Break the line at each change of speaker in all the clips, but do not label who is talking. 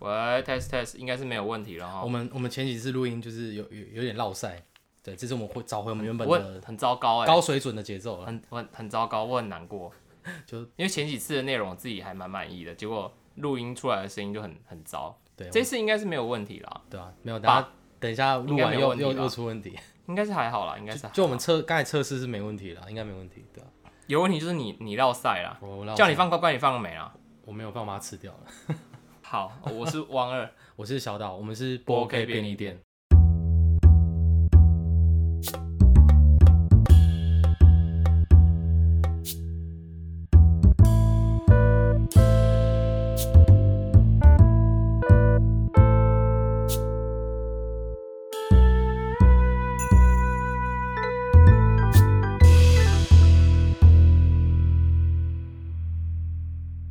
来 test test 应该是没有问题了
我
哈。
们我们前几次录音就是有有有点落赛，对，这次我们会找回我们原本
我
的
很很糟糕哎、嗯
高水准的节奏啊了。
很很很糟糕，我很难过。
就
因为前几次的内容我自己还蛮满意的，结果录音出来的声音就很很糟。
对，
这次应该是没有问题啦，
对啊，没有，大家等一下录完又
应该没有
又
问题吧
又出问题，
应该是还好啦，应该是还好
就我们测刚才测试是没问题了，应该没问题，对啊。
有问题就是你你绕赛啦，
我我让我
叫你放乖乖你放了没啊？
我没有放，把它吃掉了。
好，我是汪 二，
我是小岛，我们是
不 OK
便
便
利
利
店
店。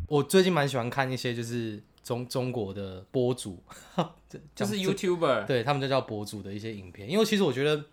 我最近蛮喜欢看一些就是中中国的博主， 这
就
讲
是
这
YouTuber，
对他们就叫博主的一些影片，因为其实我觉得，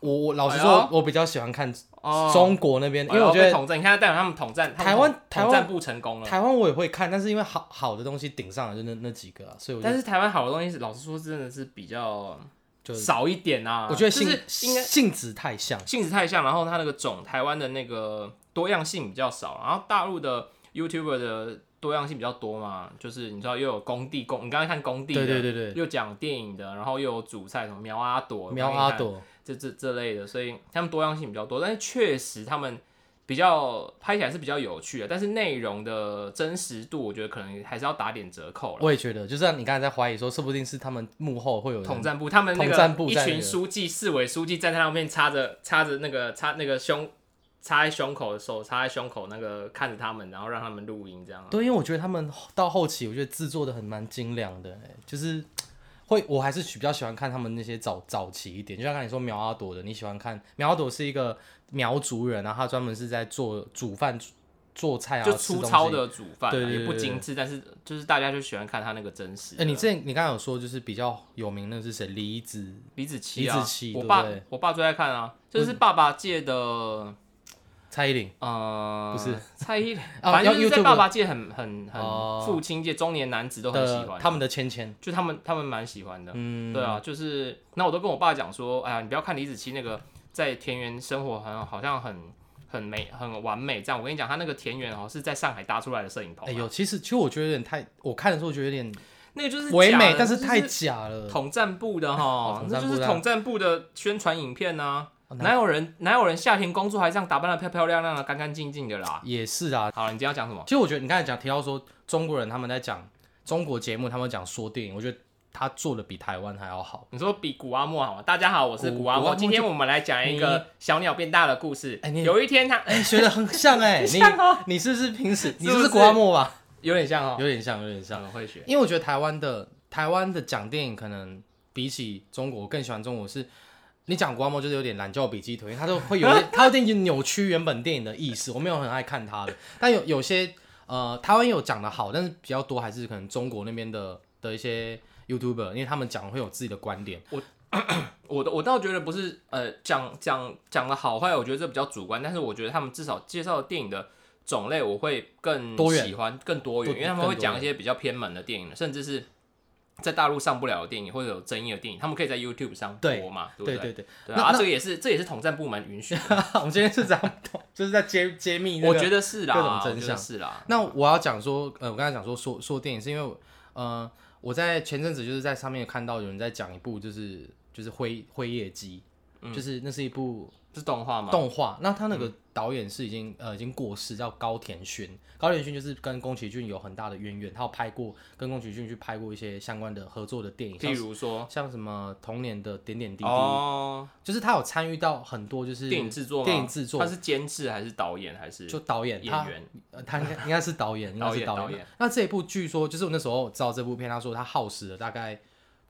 我我老实
哎
说
呦，
我比较喜欢看
哦
中国那边，因为我觉
哎呦被
得
统战，你看代表他们统战，他们
台湾
统
台湾
统战不成功了。
台湾我也会看，但是因为好好的东西顶上来就那那几个啊，所以我就
但是台湾好的东西，老实说，真的是比较
就
少一点啊。
我觉得
就
性
是应该
性质太像，
性质太像，然后它那个种台湾的那个多样性比较少，然后大陆的 YouTuber 的多样性比较多嘛，就是你知道又有工地工，你刚才看工地的，
对对对对，
又讲电影的，然后又有主菜什么苗阿朵、
苗
我刚
阿
才看
朵
这这这类的，所以他们多样性比较多，但是确实他们比较拍起来是比较有趣的，但是内容的真实度，我觉得可能还是要打点折扣了。
我也觉得，就像你刚才在怀疑说，说不定是他们幕后会有人
统战部，他们那
统战
个
部
一
在那
群
个
书记、市委书记站在那边插着插着那个插那个胸插在胸口的手插在胸口那个看着他们，然后让他们录音这样啊。
对，因为我觉得他们到后期，我觉得制作的很蛮精良的、欸就是会，我还是比较喜欢看他们那些早早期一点，就像刚才你说苗阿朵的，你喜欢看苗阿朵是一个苗族人，然后他专门是在做煮饭、做菜啊，
就
吃
粗
东
糙
西。
的煮饭啊、
对对对
也不精致，但是就是大家就喜欢看他那个真实
哎、
的。
你之前你刚刚有说就是比较有名的是谁？李子
李子柒啊，
李子柒
我
对
爸
不对
我爸最爱看啊，就是爸爸界的
蔡依林
呃，
不是
蔡 依林，
啊
反正就是
要
在
YouTube
爸爸界很很很
哦
父亲界中年男子都很喜
的
欢，
他们的芊芊，
就他们他们蛮喜欢的。
嗯，
对啊，就是那我都跟我爸讲说，哎呀，你不要看李子柒那个在田园生活很好像很很美很完美这样。我跟你讲，他那个田园哦是在上海搭出来的摄影棚啊、
哎呦，其实其实我觉得有点太，我看的时候我觉得有点
那个就是假的
唯美，但是
就
太假了。
统战部的哈
统，战
那
部
就是
的啊
统战部的宣传影片呐、
哦
哪有人哪有人夏天工作还这样打扮的漂漂亮亮的、干干净净的啦？
也是啊，
好了，你今天要讲什么？
其实我觉得你刚才讲提到说中国人他们在讲中国节目，他们讲说电影，我觉得他做的比台湾还要好。
你说比古阿莫好吗？大家好，我是
古
古阿
古
莫。
阿莫
今天
就
我们来讲一
你
个小鸟变大的故事
哎你。
有一天它
哎、学的很像 哎、
像哦
你你是不是平时你
是不
不
是
是国阿莫吧？
有点像哦，
有点像，有点像。
很会学。
因为我觉得台湾的台湾的讲电影，可能比起中国，我更喜欢中国是。你讲国阿莫就是有点懒觉比鸡腿，因为他都 会有点，他有点扭曲原本电影的意思。我没有很爱看他的，但有有些呃，台湾有讲的好，但是比较多还是可能中国那边的的一些 YouTuber，因为他们讲会有自己的观点。
我的我倒觉得不是呃讲讲讲的好坏，我觉得这比较主观，但是我觉得他们至少介绍的电影的种类我会更
多元
喜欢更多元，
多
因为他们会
更多元
讲一些比较偏门的电影，甚至是在大陆上不了的电影或者有争议的电影，他们可以在 YouTube 上
对
播嘛，对不
对
对
对 对，
对
那
啊，啊
那
这个也是这也是统战部门允许的，
我们今天是这样，就是在揭揭秘、 那个。
我觉得是啦，
各种
我
真
觉
相
得是啦。
那我要讲说，呃，我刚才讲说说说电影，是因为我呃，我在前阵子就是在上面有看到有人在讲一部，就是就是灰灰夜姬，就是那是一部
是嗯动画嗯吗？
动画。那他那个导演是已经呃已经过世，叫高田勋。高田勋就是跟宫崎骏有很大的渊源，他有拍过跟宫崎骏去拍过一些相关的合作的电影，
譬
像
如说，
像什么童年的点点滴滴，
哦，
就是他有参与到很多就是
电影制作吗，
电影制作
他是监制还是导演还是
就导演
演
他
员？
呃，他应该应该是导演，应该是
导演
导
导
演。那这一部据说就是我那时候知道这部片，他说他耗时了大概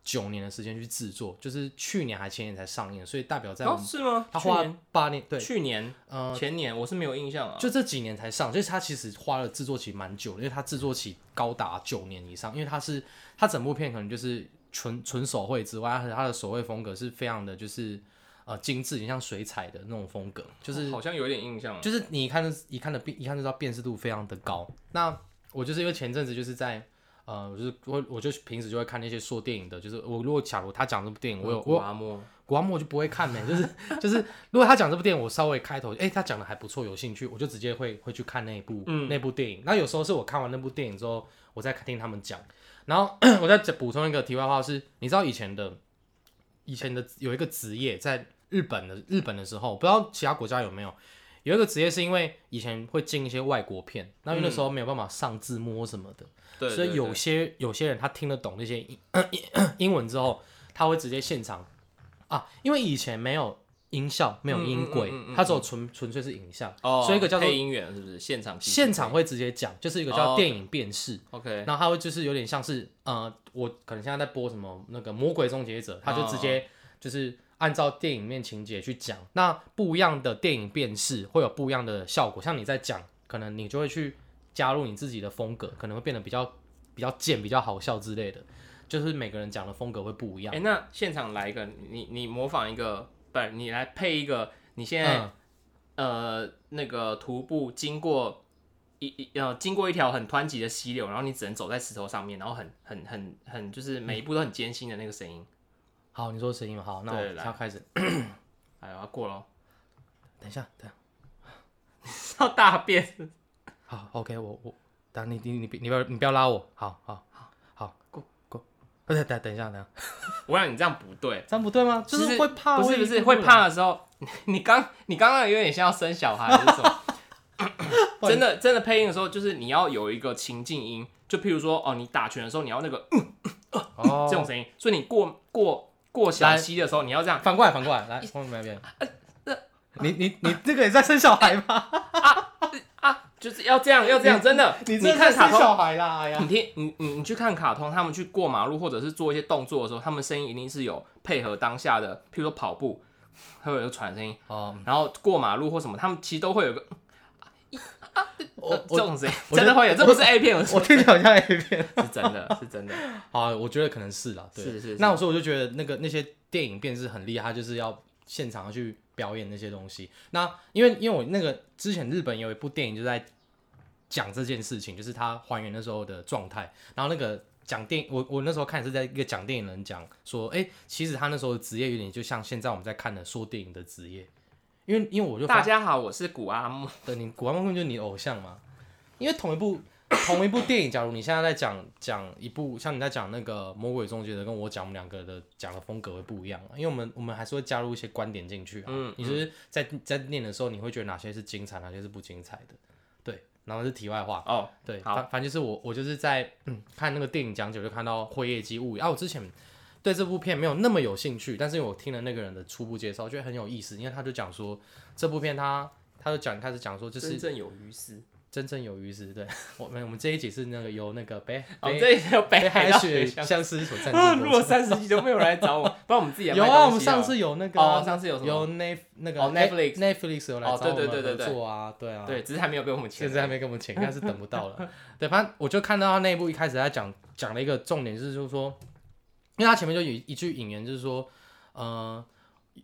九年的时间去制作，就是去年还前年才上映，所以代表在我
哦，
们、
是吗？
他
去
花
年
了八年，对，
去年、
呃，
前年我是没有印象啊。
就这几年才上，所以他其实花了制作期蛮久的，因为他制作期高达九年以上，因为他是他整部片可能就是纯纯手绘之外，而且他的手绘风格是非常的就是呃精致，很像水彩的那种风格，就是
好像有点印象啊。
就是你一看就一看的辨一看就知道辨识度非常的高。那我就是因为前阵子就是在呃，我就是我我就平时就会看那些说电影的，就是我如果假如他讲这部电影，我有
古
我
阿莫，
古阿莫就不会看呢、 就是就是如果他讲这部电影，我稍微开头，哎、他讲的还不错，有兴趣，我就直接会会去看那一部、那部电影。那有时候是我看完那部电影之后，我再听他们讲。然后 我再补充一个题外话是，你知道以前的以前的有一个职业，在日本的日本的时候，不知道其他国家有没有。有一个职业是因为以前会进一些外国片，那因为那时候没有办法上字幕或什么的，
对，
所以
对
有些有些人他听得懂那些英 英文之后，他会直接现场啊，因为以前没有音效，没有
嗯
音
嗯
轨，
嗯嗯
它只有纯纯粹是影像，
哦，
所以一个叫做
配音员是不是现场即
现场会直接讲，就是一个
哦
叫电影辨识。
？OK，
然后他会就是有点像是呃，我可能现在在播什么那个《魔鬼终结者》，他就直接就是按照电影面情节去讲。那不一样的电影辨识会有不一样的效果，像你在讲，可能你就会去加入你自己的风格，可能会变得比较比较贱、比较好笑之类的。就是每个人讲的风格会不一样
哎、。那现场来一个，你你模仿一个，不是你来配一个，你现
嗯
在、呃那个徒步经过一一呃经过一条很湍急的溪流，然后你只能走在石头上面，然后很很很很就是每一步都很艰辛的那个声音，
好，你说声音嘛好，那我
对来
要开始。
哎呀过 了哦，
等一下，等一
是要大便，
下，好，OK，我我，等你你你你不要你不要拉我，好好好好，Go Go，等等等一下，等一下，
我让你这样不对。
这样不对吗？就
其
是
实
会怕，
不是不是会怕的时候， 你刚你刚刚有点像要生小孩还是什 么？真的真的配音的时候，就是你要有一个情境音，就譬如说哦，你打拳的时候你要那个、嗯
哦
这种声音，所以你过过过小溪的时候你要这样
反过来，反过来，来，我们那边。
呃
你你你这个也在生小孩吗？
啊，就是要这样要这样，真的，
你
哎你
这个在
看卡
生
通。
小孩啦！哎呀
你，听，你你你去看卡通，他们去过马路或者是做一些动作的时候，他们声音一定是有配合当下的，譬如说跑步，会有一个喘声音，
哦，
然后过马路或什么，他们其实都会有一个
哦我
这
我
种声音，
我
真的
觉得
会有，这不是 A 片，我
我听起来好像 A 片。
是真的，是真的。
好，我觉得可能是啦。对，
是是是
那我说我就觉得那个那些电影便是很厉害，它就是要现场去表演那些东西。那因为因为我那个之前日本有一部电影就在讲这件事情，就是他还原那时候的状态，然后那个。讲电我我那时候看是在一个讲电影人讲说，哎、其实他那时候的职业有点就像现在我们在看的说电影的职业，因为因为我就发
大家好，我是古阿木。
对你古阿莫根就是你的偶像嘛？因为同一部 同一部电影，假如你现在在讲讲一部，像你在讲那个《魔鬼终结者》，跟我讲我们两个的讲的风格会不一样啊，因为我们我们还是会加入一些观点进去啊。
嗯
你就是在在念的时候，你会觉得哪些是精彩，哪些是不精彩的。对，然后是题外话。
哦，
对，
好
反反正就是我我就是在、嗯、看那个电影讲解，我就看到《辉夜姬物语》啊，我之前对这部片没有那么有兴趣，但是因为我听了那个人的初步介绍，我觉得很有意思，因为他就讲说这部片他他就讲开始讲说就
真
是
正有鱼丝。
真正有 意思，对我们我们这一集是那个由那个北
我们哦
北
这里有北
北
海
海
道
雪
学校。
相思所 赞
啊，
助
录
播
了
出。
三十集都没有人来找我，不然我们自己来
有
卖
啊，我
东
们
西好了
上次有那个啊、
哦，上次有什么？
有那那个
哦 Netflix
Netflix 有来
哦
找我
对对
们
对对
合
对
作啊，对啊，
对，只是还没有给我们钱。
现在还没给我们钱，应该是等不到了。 对，反正我就看到他那一部一开始他讲讲了一个重点，就是就是说，因为他前面就有一一句引言，就是说，呃，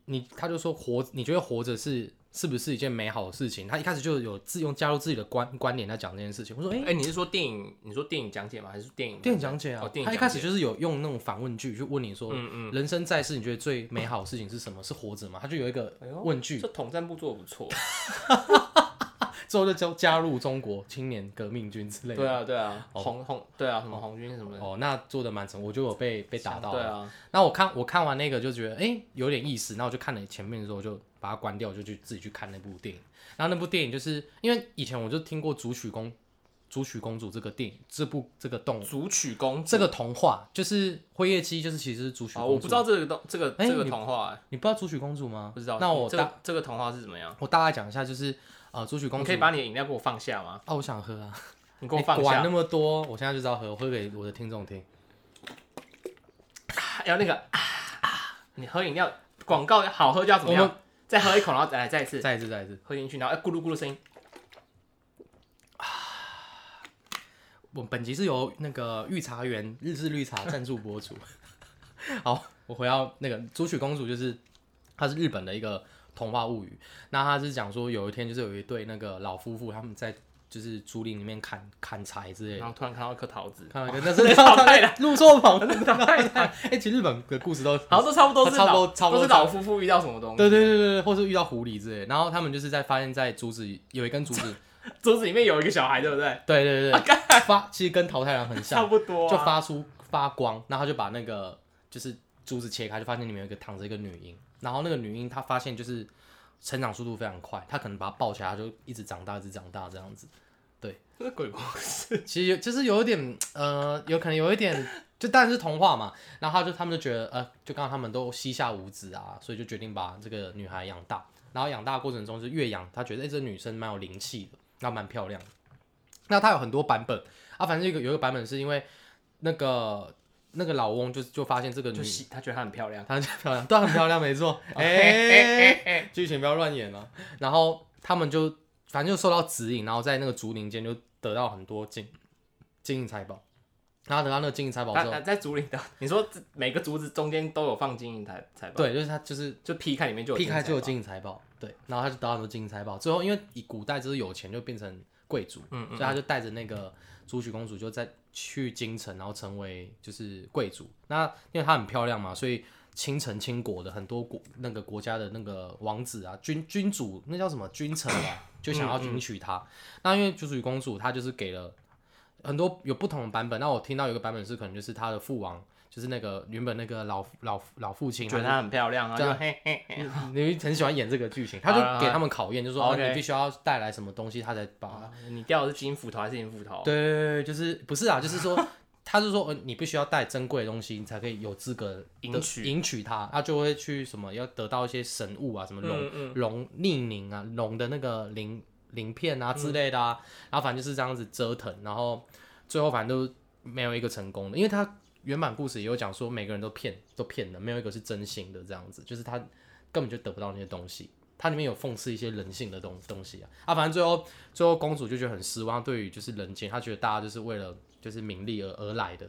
你他就说活，你觉得活着是是不是一件美好的事情？他一开始就有自用加入自己的观观点来讲这件事情。我说，哎、
哎、你是说电影？你说电影讲解吗？还是电影？
电影讲解啊，
哦电影
他一
讲
开始就是有用那种反问句去问你说，
嗯嗯，
人生在世，你觉得最美好的事情是什么？是活着吗？他就有一个
哎呦
问句，
这统战部做的不错。
之后就加加入中国青年革命军之类的。
对啊，对啊，红红，对啊，什么红军什么的，
哦，那做的蛮成，我就有被被打到。
对啊，
那我看我看完那个就觉得哎、诶有点意思，那我就看了前面的时候我就把它关掉，我就去自己去看那部电影。然后那部电影就是因为以前我就听过《竹取公竹取公主》这个电影，这部这个动
竹取公主
这个童话就是辉夜姬，就是其实是竹取公
哦，
主。
我不知道这个东这个
哎
这个
你
童话、哎
你不知道竹取公主吗？
不知道。
那我
这
大
个这个童话是怎么样？
我大概讲一下，就是呃，竹取公
你
主
可以把你的饮料给我放下吗？
啊，我想喝啊，
你给我
你
放
管
下
那。么多，我现在就知道喝，我喝给我的听众听。
要那个啊，你喝饮料广告好喝就要怎么
我
样？再喝一口，然后再来再一次
再一次，再一次，
喝进去，然后哎咕噜咕噜声音。
我本集是由那个御茶园日式绿茶赞助播出。 好，我回到那个《竹取公主》，就是它是日本的一个童话物语。那它是讲说有一天，就是有一对那个老夫妇，他们在就是竹林里面砍砍柴之类
然
的。
后突然看到一颗桃子，
看到 一个，那是
老太太，
路错旁的
老太太，
哎、其实日本的故事都
好像都差不多是
差不
老
多差不多
都是老夫妇遇到什么东西，
对对对对对，或是遇到狐狸之类的，然后他们就是在发现，在竹子有一根竹 子，
桌子里面有一个小孩，对不对？
对对
啊
对，发其实跟桃太郎很
差
像，
不多啊
就发出发光，然后他就把那个就是竹子切开，就发现里面有一个躺着一个女婴，然后那个女婴她发现就是成长速度非常快，她可能把她抱起来，她就一直长大，一直长大这样子。
这是鬼故事，
其实有就是有一点呃，有可能有一点，就当然是童话嘛。然后他就他们就觉得呃，就刚刚他们都膝下无子啊，所以就决定把这个女孩养大。然后养大的过程中是越养，他觉得哎、这女生蛮有灵气的，然后蛮漂亮的。那他有很多版本啊，反正有一个有一个版本是因为那个那个老翁就就发现这个女
就喜他觉得她很漂亮，
她就漂亮，对，很漂亮，没错。 哎、剧情不要乱演啊。然后他们就反正就受到指引，然后在那个竹林间就得到很多金金银财宝。然后得到那个金银财宝
他
之后，
他在竹林的，你说这每个竹子中间都有放金银财财宝，
对，就是他就是
就劈开里面就有
劈开
金
就
银财
有
宝
金银财宝，对。然后他就得到很多金银财宝，最后因为以古代就是有钱就变成贵族，
嗯
所以他就带着那个朱许公主就在去京城，然后成为就是贵族。那因为她很漂亮嘛，所以倾城倾国的很多国那个国家的那个王子啊、君君主，那叫什么君臣吧，就
嗯
想要迎娶她。那因为朱许公主她就是给了很多有不同的版本。那我听到有一个版本是可能就是她的父王，就是那个原本那个老老老父亲，
觉得她很漂亮啊，
对
就
啊
嘿嘿嘿，
你很喜欢演这个剧情，他
好了
就给他们考验，就说哦，
啊 OK
你必须要带来什么东西，他才把。
啊你掉的是金斧头还是银斧头？
对对对对，就是不是啊，就是说， 他是说，呃，你必须要带珍贵的东西，你才可以有资格
迎
得
娶
迎娶他，他就会去什么要得到一些神物啊，什么龙
嗯嗯，
龙逆鳞啊，龙的那个鳞鳞片啊之类的
嗯
啊，然后反正就是这样子折腾，然后最后反正都没有一个成功的，因为他原版故事也有讲说每个人都骗都骗的，没有一个是真心的这样子，就是他根本就得不到那些东西。它里面有讽刺一些人性的东东西啊啊，反正最后最后公主就觉得很失望，对于就是人间，她觉得大家就是为了就是名利而而来的，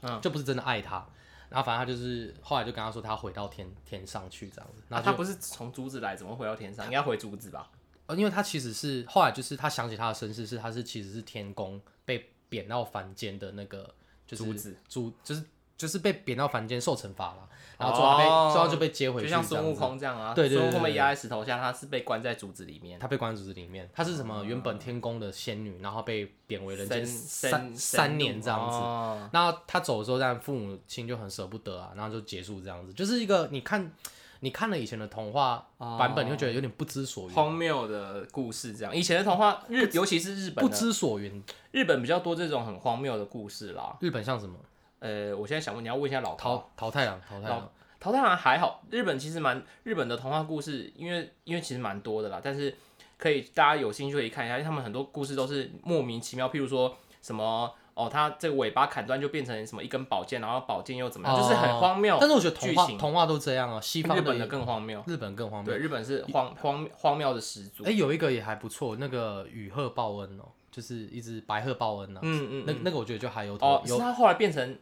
嗯，
就不是真的爱她。然后反正她就是后来就跟她说她回到天天上去这样子，
那
然后就
啊他不是从竹子来，怎么回到天上？应该回竹子吧？
呃，因为他其实是后来就是他想起他的身世是他是其实是天宫被贬到凡间的那个就是
竹子
猪就是就是被贬到凡间受惩罚了，然后最后他被、
哦
最后就被接回去，
就像孙悟，空这样啊，
对对对
孙悟空被
对
压在石头下，他是被关在竹子里面，
他被关在竹子里面，他是什么原本天宫的仙女，然后被贬为人间
哦三哦
三三年这样子，
子，
那他走的时候，但父母亲就很舍不得啊，然后就结束这样子，就是一个你看你看了以前的童话
哦
版本，你会觉得有点不知所云，
荒谬的故事这样。以前的童话日，尤其是日本
不
的，
知所云，
日本比较多这种很荒谬的故事啦。
日本像什么
呃，我现在想问，你要问一下老陶，
淘淘太郎淘太郎。
淘汰郎还好，日本其实蛮日本的童话故事，因为因为其实蛮多的啦，但是可以大家有兴趣可以看一下，因为他们很多故事都是莫名其妙，譬如说什么哦，他这个尾巴砍断就变成什么一根宝剑，然后宝剑又怎么样，就是很荒谬。
但是我觉得童话
剧情
童话都这样啊，西方
日本
也
的更荒谬，
日本更荒谬。
对，日本是荒荒荒谬的始祖。
哎、有一个也还不错，那个雨鹤报恩哦，就是一只白鹤报恩啊。
嗯嗯，
那那个我觉得就还有头、
哦，是
有，
他后来变成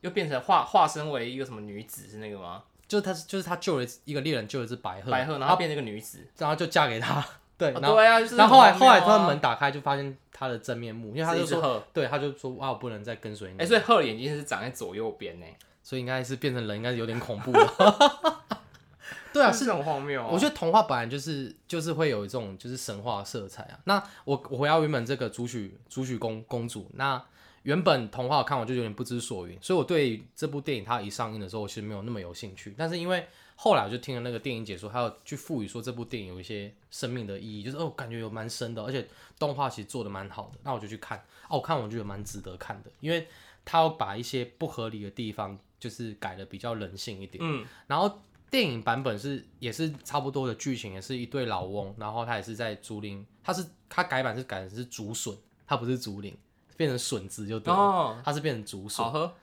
又变成化化身为一个什么女子是那个吗？
就是他就是他救了一个猎人救了一只白鹤，
白鹤，然后变成一个女子。
然后就嫁给他。 对，
哦
然后、
对啊，就是
然后后来后来他
他
门打开就发现他的真面目，因为他
是
就
一只
说
鹤，
对，他就说哇我不能再跟随你，
哎，所以鹤的眼睛是长在左右边呢。
所以应该是变成人应该是有点恐怖了。对啊，
是很荒谬啊、
我觉得童话本来就是就是会有一种就是神话色彩啊。那我我回到原本这个竹许竹许公公主，那原本童话我看我就有点不知所云，所以我对这部电影它一上映的时候，我其实没有那么有兴趣。但是因为后来我就听了那个电影解说，还有去赋予说这部电影有一些生命的意义，就是哦感觉有蛮深的，而且动画其实做的蛮好的，那我就去看。哦，我看我觉得蛮值得看的，因为它要把一些不合理的地方就是改的比较人性一点。
嗯，
然后电影版本是也是差不多的剧情，也是一对老翁，然后他也是在竹林，他是他改版是改的是竹笋，他不是竹林，变成笋子就对了，
哦，
他是变成竹笋
好，喝，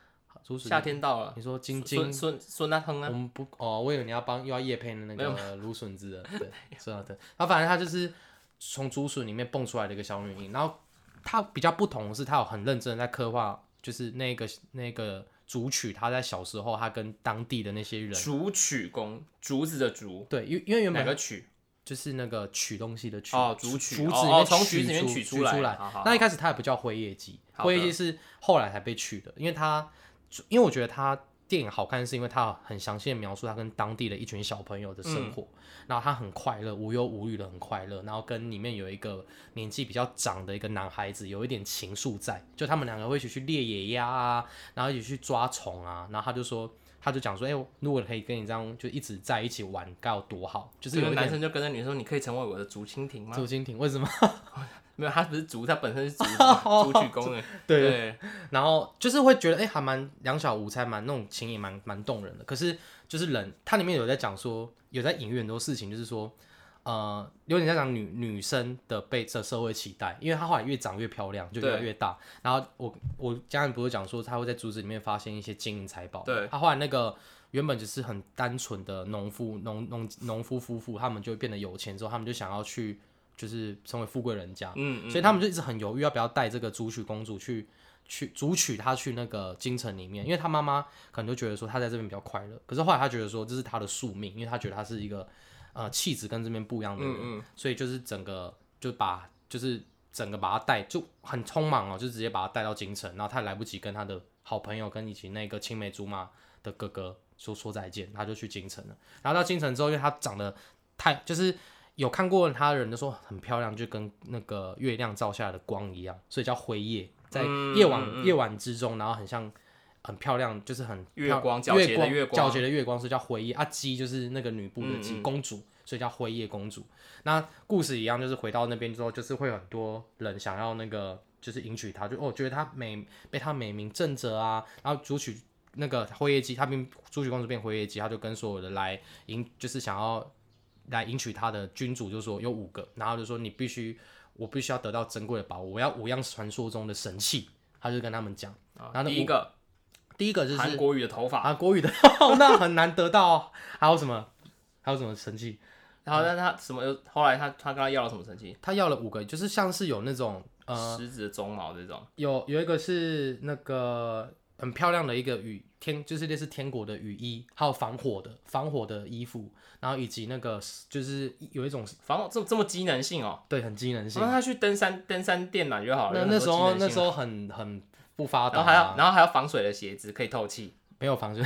竹笋。
夏天到了，
你说晶晶
孙，孙孙那汤
我
啊，
们不哦，我以为你要帮又要叶配的那个芦笋子的，对，是啊，对，然后反正他就是从竹笋里面蹦出来的一个小女婴，然后他比较不同的是，他有很认真的在刻画，就是那个那个竹曲，他在小时候他跟当地的那些人。
竹曲工，竹子的竹，
对，因为因为原
哪
本
个曲？
就是那个取东西的取
哦
竹
竹取
竹子
哦
里
哦
面
从
取
橘子里面
出
取
出
出来
来
好好。
那一开始它也不叫灰夜姬，
好的
灰夜姬是后来才被取的，因为它因为我觉得它电影好看，是因为它很详细的描述它跟当地的一群小朋友的生活，
嗯
然后他很快乐，无忧无虑的很快乐，然后跟里面有一个年纪比较长的一个男孩子有一点情愫在，就他们两个会一起去猎野鸭啊，然后一起去抓虫啊，然后他就说。他就讲说，哎、我如果可以跟你这样就一直在一起玩，该有多好！就是
这
有
个
一
男
点
生就跟着你说，你可以成为我的竹蜻蜓吗？
竹蜻蜓，为什么？
没有，它不是竹，它本身是竹子 嘛竹取功能。
对
对，
然后就是会觉得，哎、还蛮两小无猜，蛮那种情也蛮蛮动人的。可是就是人，它里面有在讲说，有在隐喻很多事情，就是说，呃，有点在讲女女生的被这社会期待，因为她后来越长越漂亮，就越来
对
越大。然后我我家人不是讲说，她会在竹子里面发现一些金银财宝。
对，
她后来那个。原本只是很单纯的农夫、农农农夫夫妇，他们就变得有钱之后，他们就想要去，就是成为富贵人家。
嗯 嗯，
所以他们就一直很犹豫要不要带这个竹取公主去去竹取她去那个京城里面，因为她妈妈可能就觉得说她在这边比较快乐，可是后来她觉得说这是她的宿命，因为她觉得她是一个呃气质跟这边不一样的人，
嗯
所以就是整个就把就是整个把她带就很匆忙哦，就直接把她带到京城，然后她也来不及跟她的好朋友跟以及那个青梅竹马的哥哥说说再见，她就去京城了。然后到京城之后，因为她长得太就是有看过她的人都说很漂亮，就跟那个月亮照下来的光一样，所以叫辉夜，在
嗯
夜晚、
嗯嗯
夜晚之中，然后很像很漂亮，就是很
月
漂
光皎洁
月
的
光
月光
皎洁的月光，所以叫辉夜啊。姬就是那个女部的姬、
嗯嗯
公主，所以叫辉夜公主。那故事一样，就是回到那边之后，就是会有很多人想要那个，就是迎娶她，就哦，觉得她美，被她美名震着啊。然后主取那个辉夜姬，她变主取公主变辉夜姬，她就跟所有的来迎，就是想要来迎娶她的君主，就说有五个，然后就说你必须，我必须要得到珍贵的宝物，我要五样传说中的神器。他就跟他们讲，
啊
然后那
第一个
第一个就是
韩国语的头发，
啊，国语的 那很难得到、哦。还有什么？还有什么神器？
然后但他什么？后来他他跟他要了什么成绩？
他要了五个，就是像是有那种呃，
食指的鬃毛这种。
有有一个是那个很漂亮的一个雨天，就是类似天国的雨衣，还有防火的防火的衣服，然后以及那个就是有一种
防火这这么机能性哦，
对很机能性
让。他去登山登山电缆就好了。
那
有很多
啊那时候
机能性
那时候很很不发
然
达啊、
后还要然后还要防水的鞋子，可以透气，
没有 防水，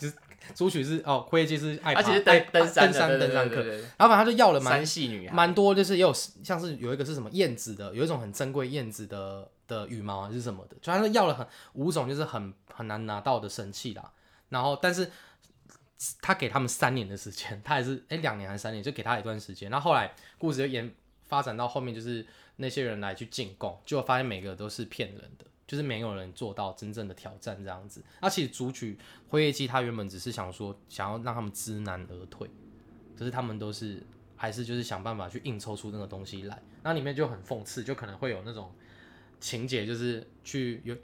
就是朱曲是哦，灰机是爱爬，
而且是
爱
登登山
登山
的对
登
对
山
对
客，
对对
然后反正他就要了
对
蛮
山系女孩。
蛮多，就是也有像是有一个是什么燕子的，有一种很珍贵燕子的的羽毛还是什么的，就他说要了很五种，就是很很难拿到的神器啦。然后，但是他给他们三年的时间，他也是哎两、年还是三年，就给他一段时间。然后后来故事就延发展到后面，就是那些人来去进贡，结果发现每个都是骗人的。就是没有人做到真正的挑战这样子。那、其实主曲辉夜姬他原本只是想说，想要让他们知难而退，可是他们都是还是就是想办法去硬抽出那个东西来。那里面就很讽刺，就可能会有那种情节，就是去有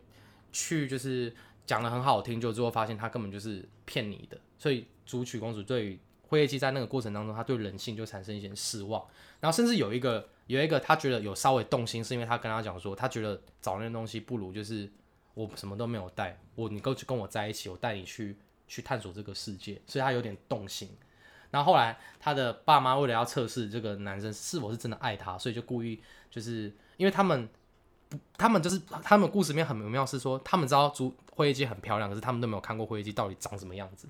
去就是讲的很好听，就最后发现他根本就是骗你的。所以竹取公主对于辉夜姬在那个过程当中，她对人性就产生一些失望，然后甚至有一个有一个她觉得有稍微动心，是因为她跟她讲说，她觉得找那东西不如就是我什么都没有带，我你跟跟我在一起，我带你去去探索这个世界，所以她有点动心。然后后来他的爸妈为了要测试这个男生是否是真的爱他，所以就故意就是因为他们不，他们就是他们故事里面很妙是说，他们知道竹灰夜姬很漂亮，可是他们都没有看过灰夜姬到底长什么样子，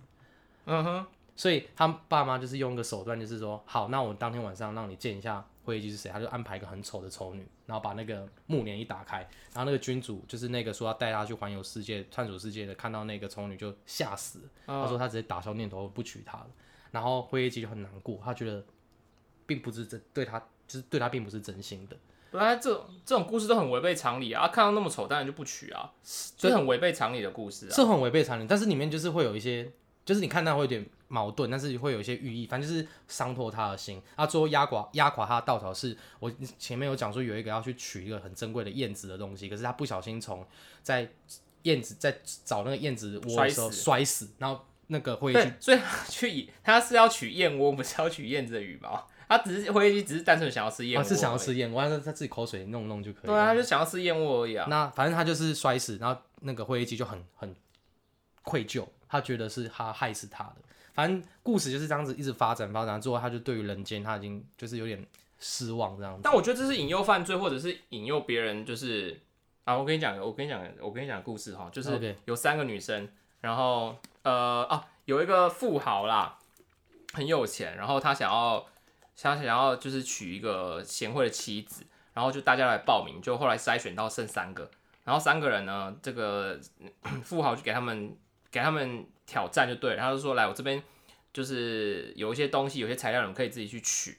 嗯哼，
所以他爸妈就是用一个手段，就是说，好，那我当天晚上让你见一下灰夜姬是谁，他就安排一个很丑的丑女，然后把那个幕帘一打开，然后那个君主就是那个说要带他去环游世界、探索世界的，看到那个丑女就吓死了。他说他直接打消念头不娶她了。然后灰夜姬就很难过，他觉得并不是真对他，就是对他并不是真心的。
本来这种这种故事都很违背常理啊，啊看到那么丑，当然就不娶啊，就是很违背常理的故事啊。
是很违背常理，但是里面就是会有一些，就是你看到会有点矛盾，但是会有一些寓意，反正就是伤透他的心。啊，最后压垮压垮他的稻草是我前面有讲说有一个要去取一个很珍贵的燕子的东西，可是他不小心从在燕子在找那个燕子窝的时候
摔死
摔死，然后那个会
对，所以他去他是要取燕窝，不是要取燕子的羽毛。他只是灰机，只是单纯想要吃燕
啊
窝、
是想要。吃燕窝，但是他自己口水弄弄就可以了。
对啊，他就想要吃燕窝而已啊。
那反正他就是摔死，然后那个灰机就很很愧疚，他觉得是他害死他的。反正故事就是这样子一直发展发展，最后他就对于人间他已经就是有点失望这样子。
但我觉得这是引诱犯罪，或者是引诱别人，就是啊，我跟你讲个，我跟你讲个，我跟你讲个故事哈，就是
OK
有三个女生，然后呃啊，有一个富豪啦，很有钱，然后他想要他想要就是娶一个贤惠的妻子，然后就大家来报名，就后来筛选到剩三个，然后三个人呢，这个 嗯富豪就给他们给他们挑战就对了，他就说来我这边就是有一些东西，有些材料你们可以自己去取。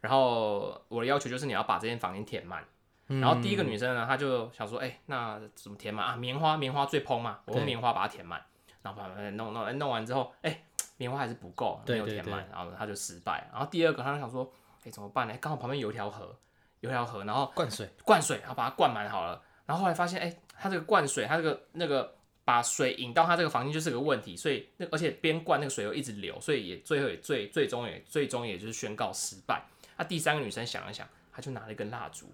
然后我的要求就是你要把这间房间填满。
嗯
然后第一个女生呢，她就想说，哎、那怎么填满啊？棉花，棉花最蓬嘛，我用
对
棉花把它填满。然后把它弄弄，哎弄完之后，哎、棉花还是不够，没
对
有
对
填满，然后她就失败。然后第二个，她就想说，哎、怎么办呢？刚好旁边有一条河，有一条河，然后
灌水，
灌水，然后把它灌满好了。然后后来发现，哎、它这个灌水，它这个那个把水引到它这个房间就是个问题，所以那而且边灌那个水又一直流，所以也最后也最最终也最终也就是宣告失败。那、第三个女生想了想，她就拿了一根蜡烛，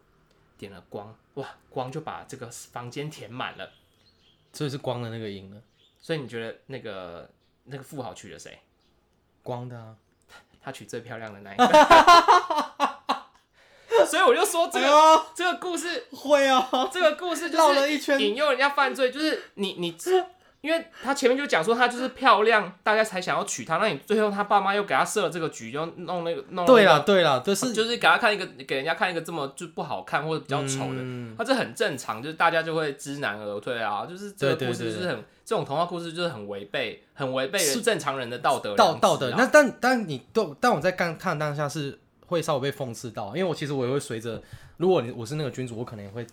点了光，哇，光就把这个房间填满了。
所以是光的那个啊赢了，
所以你觉得那个那个富豪娶了谁？
光的啊。
他娶最漂亮的那一个。所以我就说这个、
个
这个故事
会啊，
这个故事就
绕
是
了一圈
引诱人家犯罪，就是你你，因为他前面就讲说他就是漂亮，大家才想要娶她，那你最后他爸妈又给他设了这个局，就弄那个弄
对
啊，
啦对啦，就是
就是给他看一个给人家看一个这么就不好看或者比较丑的，
嗯
他、这很正常，就是大家就会知难而退啊，就是这个
对对
故事
对
就是很这种童话故事就是很违背很违背
是
正常人的道德
道
良知
道德。
啊
那但但你都但我在刚看当下是会稍微被讽刺到，因为我其实我也会随着，如果你我是那个君主，我可能也会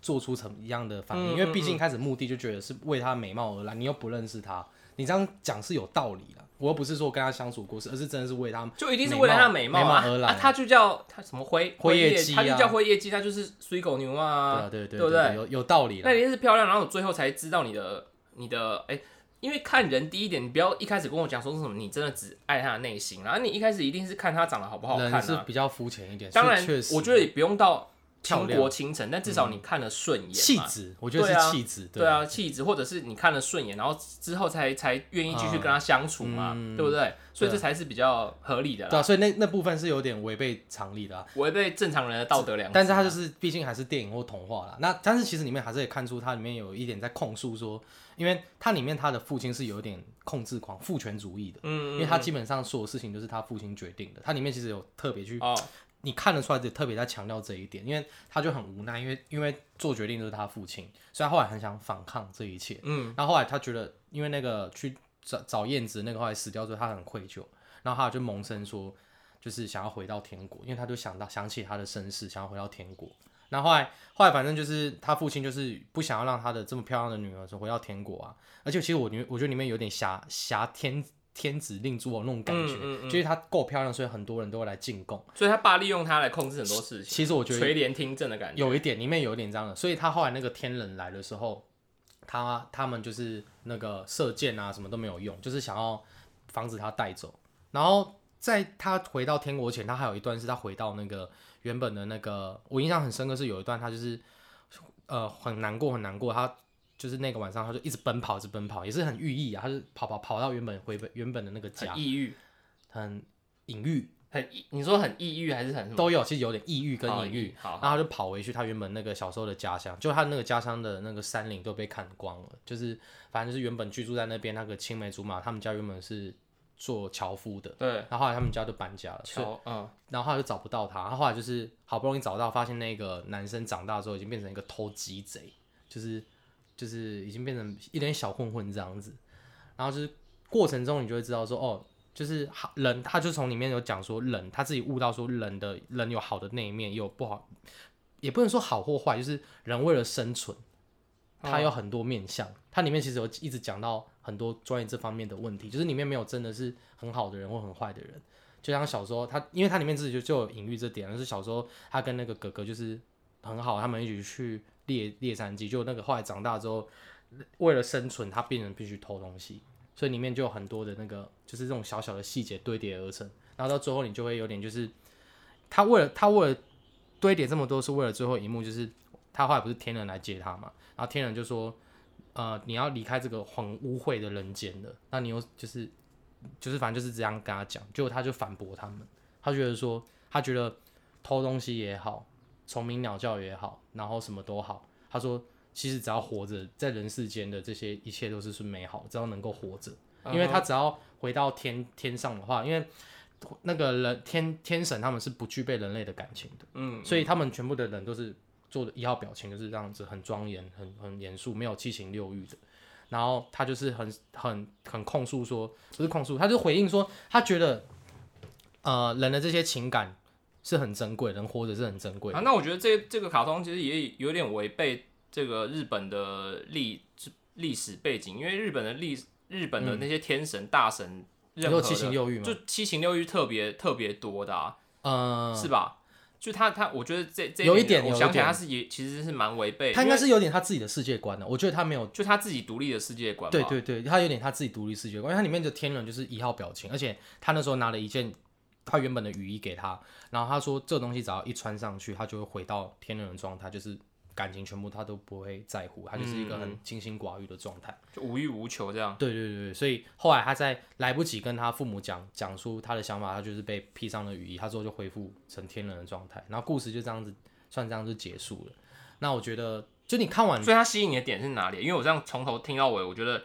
做出什么一样的反应，
嗯
因为毕竟开始目的就觉得是为她美貌而来，你又不认识她，你这样讲是有道理的。我又不是说跟她相处过事，而是真的是为她
就一定是为了他的美貌啊
美貌而来
啊，他就叫他什么灰
灰
叶
夜姬
他就
啊
叫灰夜姬，他就是水狗牛啊，
对啊对对
对不
对，有有道理
那
啦。
一定是漂亮，然后最后才知道你的你的哎、因为看人第一点，你不要一开始跟我讲说是什么，你真的只爱他的内心，啊然后你一开始一定是看他长得好不好看
人是
啊。
比较肤浅一点，
当然
所以确，实，
我觉得也不用到倾
漂
国
亮嗯
倾城，但至少你看了顺眼嘛，
气质，我觉得
对啊
是气质，
对啊，气质，或者是你看了顺眼，然后之后才才愿意继续跟
啊
他相处嘛，对不对？所以这才是比较合理的
嗯对
啦，
啊，所以那那部分是有点违背常理的啊。
违背正常人的道德良知啊。
但是它就是毕竟还是电影或童话啦。那但是其实里面还是可以看出它里面有一点在控诉说，因为它里面他的父亲是有一点控制狂、父权主义的，
嗯，嗯
因为他基本上所有事情都是他父亲决定的。它里面其实有特别去，
哦，
你看得出来，就特别在强调这一点，因为他就很无奈，因为因为做决定就是他父亲，所以他后来很想反抗这一切。
嗯，
然后后来他觉得，因为那个去找找燕子那个后来死掉之后，他很愧疚，然后他就萌生说，就是想要回到天国，因为他就想到想起他的身世，想要回到天国。那后来后来反正就是他父亲就是不想要让他的这么漂亮的女儿回到天国啊，而且其实我觉我觉得里面有点挟挟天天子令诸侯那种感觉，
嗯
就是她够漂亮，所以很多人都会来进贡。
所以他爸利用他来控制很多事情，
其实我觉得
垂帘听政的感觉。
有一点，里面有一点这样的，所以他后来那个天人来的时候，他他们就是那个射箭啊，什么都没有用，就是想要防止他带走。然后在他回到天国前，他还有一段是他回到那个原本的那个，我印象很深刻是有一段他就是呃很难过很难过，他就是那个晚上他就一直奔跑，一直奔跑，也是很寓意啊，他就跑跑跑到原本回本原本的那个家
很，抑郁，
很隐喻
很抑你说很抑郁还是很什么？
嗯都有，其实有点抑郁跟
好
隐喻。。啊
好，好
然后他就跑回去他原本那个小时候的家乡，就他那个家乡的那个山林都被砍光了，就是反正就是原本居住在那边那个青梅竹马，他们家原本是做樵夫的，
对，
然后后来他们家就搬家了，所以
乔，嗯，
然后后来就找不到他，他后来就是好不容易找到，发现那个男生长大之后已经变成一个偷鸡贼，就是就是已经变成一点小混混这样子，然后就是过程中你就会知道说哦。就是好人，他就从里面有讲说人，他自己悟到说人的人有好的那一面，也有不好，也不能说好或坏，就是人为了生存，他有很多面向。它里面其实有一直讲到很多专业这方面的问题，就是里面没有真的是很好的人或很坏的人。就像小时候他，因为他里面自己就就有隐喻这点，就是小时候他跟那个哥哥就是很好，他们一起去猎猎山鸡，就那个后来长大之后，为了生存，他变成必须偷东西，所以里面就有很多的那个就是这种小小的细节堆叠而成，然后到最后你就会有点就是他为了他为了堆叠这么多，是为了最后一幕，就是他后来不是天人来接他嘛，然后天人就说，呃，你要离开这个很污秽的人间了，那你又就是就是反正就是这样跟他讲，结果他就反驳他们，他觉得说他觉得偷东西也好，虫鸣鸟叫也好，然后什么都好，他说其实只要活着，在人世间的这些一切都是是美好，只要能够活着，
嗯
因为他只要回到天天上的话，因为那个人天天神他们是不具备人类的感情的，
嗯，
所以他们全部的人都是做的一号表情，就是这样子，很庄严、很很严肃，没有七情六欲的。然后他就是很很很控诉说，不是控诉，他就回应说，他觉得，呃，人的这些情感是很珍贵，人活着是很珍贵的。
啊，那我觉得这这个卡通其实也有点违背这个日本的历历史背景，因为日本的历日本的那些天神、大神，
嗯你
任何
有
的
七情六欲吗？
就七情六欲特别特别多的、啊，
呃，
是吧？就他他，我觉得这这
有一点
我
有一
想起来
点
他是也其实是蛮违背，
他应该
因为
是有点他自己的世界观的。我觉得他没有
就他自己独立的世界观嘛。
对对对，他有点他自己独立世界观，因为他里面的天人就是一号表情，而且他那时候拿了一件他原本的雨衣给他，然后他说这东西只要一穿上去，他就会回到天人的状态，就是感情全部他都不会在乎，他就是一个很清心寡欲的状态。
就无欲无求这样。
对对对对，所以后来他在来不及跟他父母讲讲出他的想法，他就是被披上了雨衣，他之后就恢复成天人的状态，然后故事就这样子算这样就结束了。那我觉得，就你看完
所以它吸引你的点是哪里？因为我这样从头听到尾，我觉得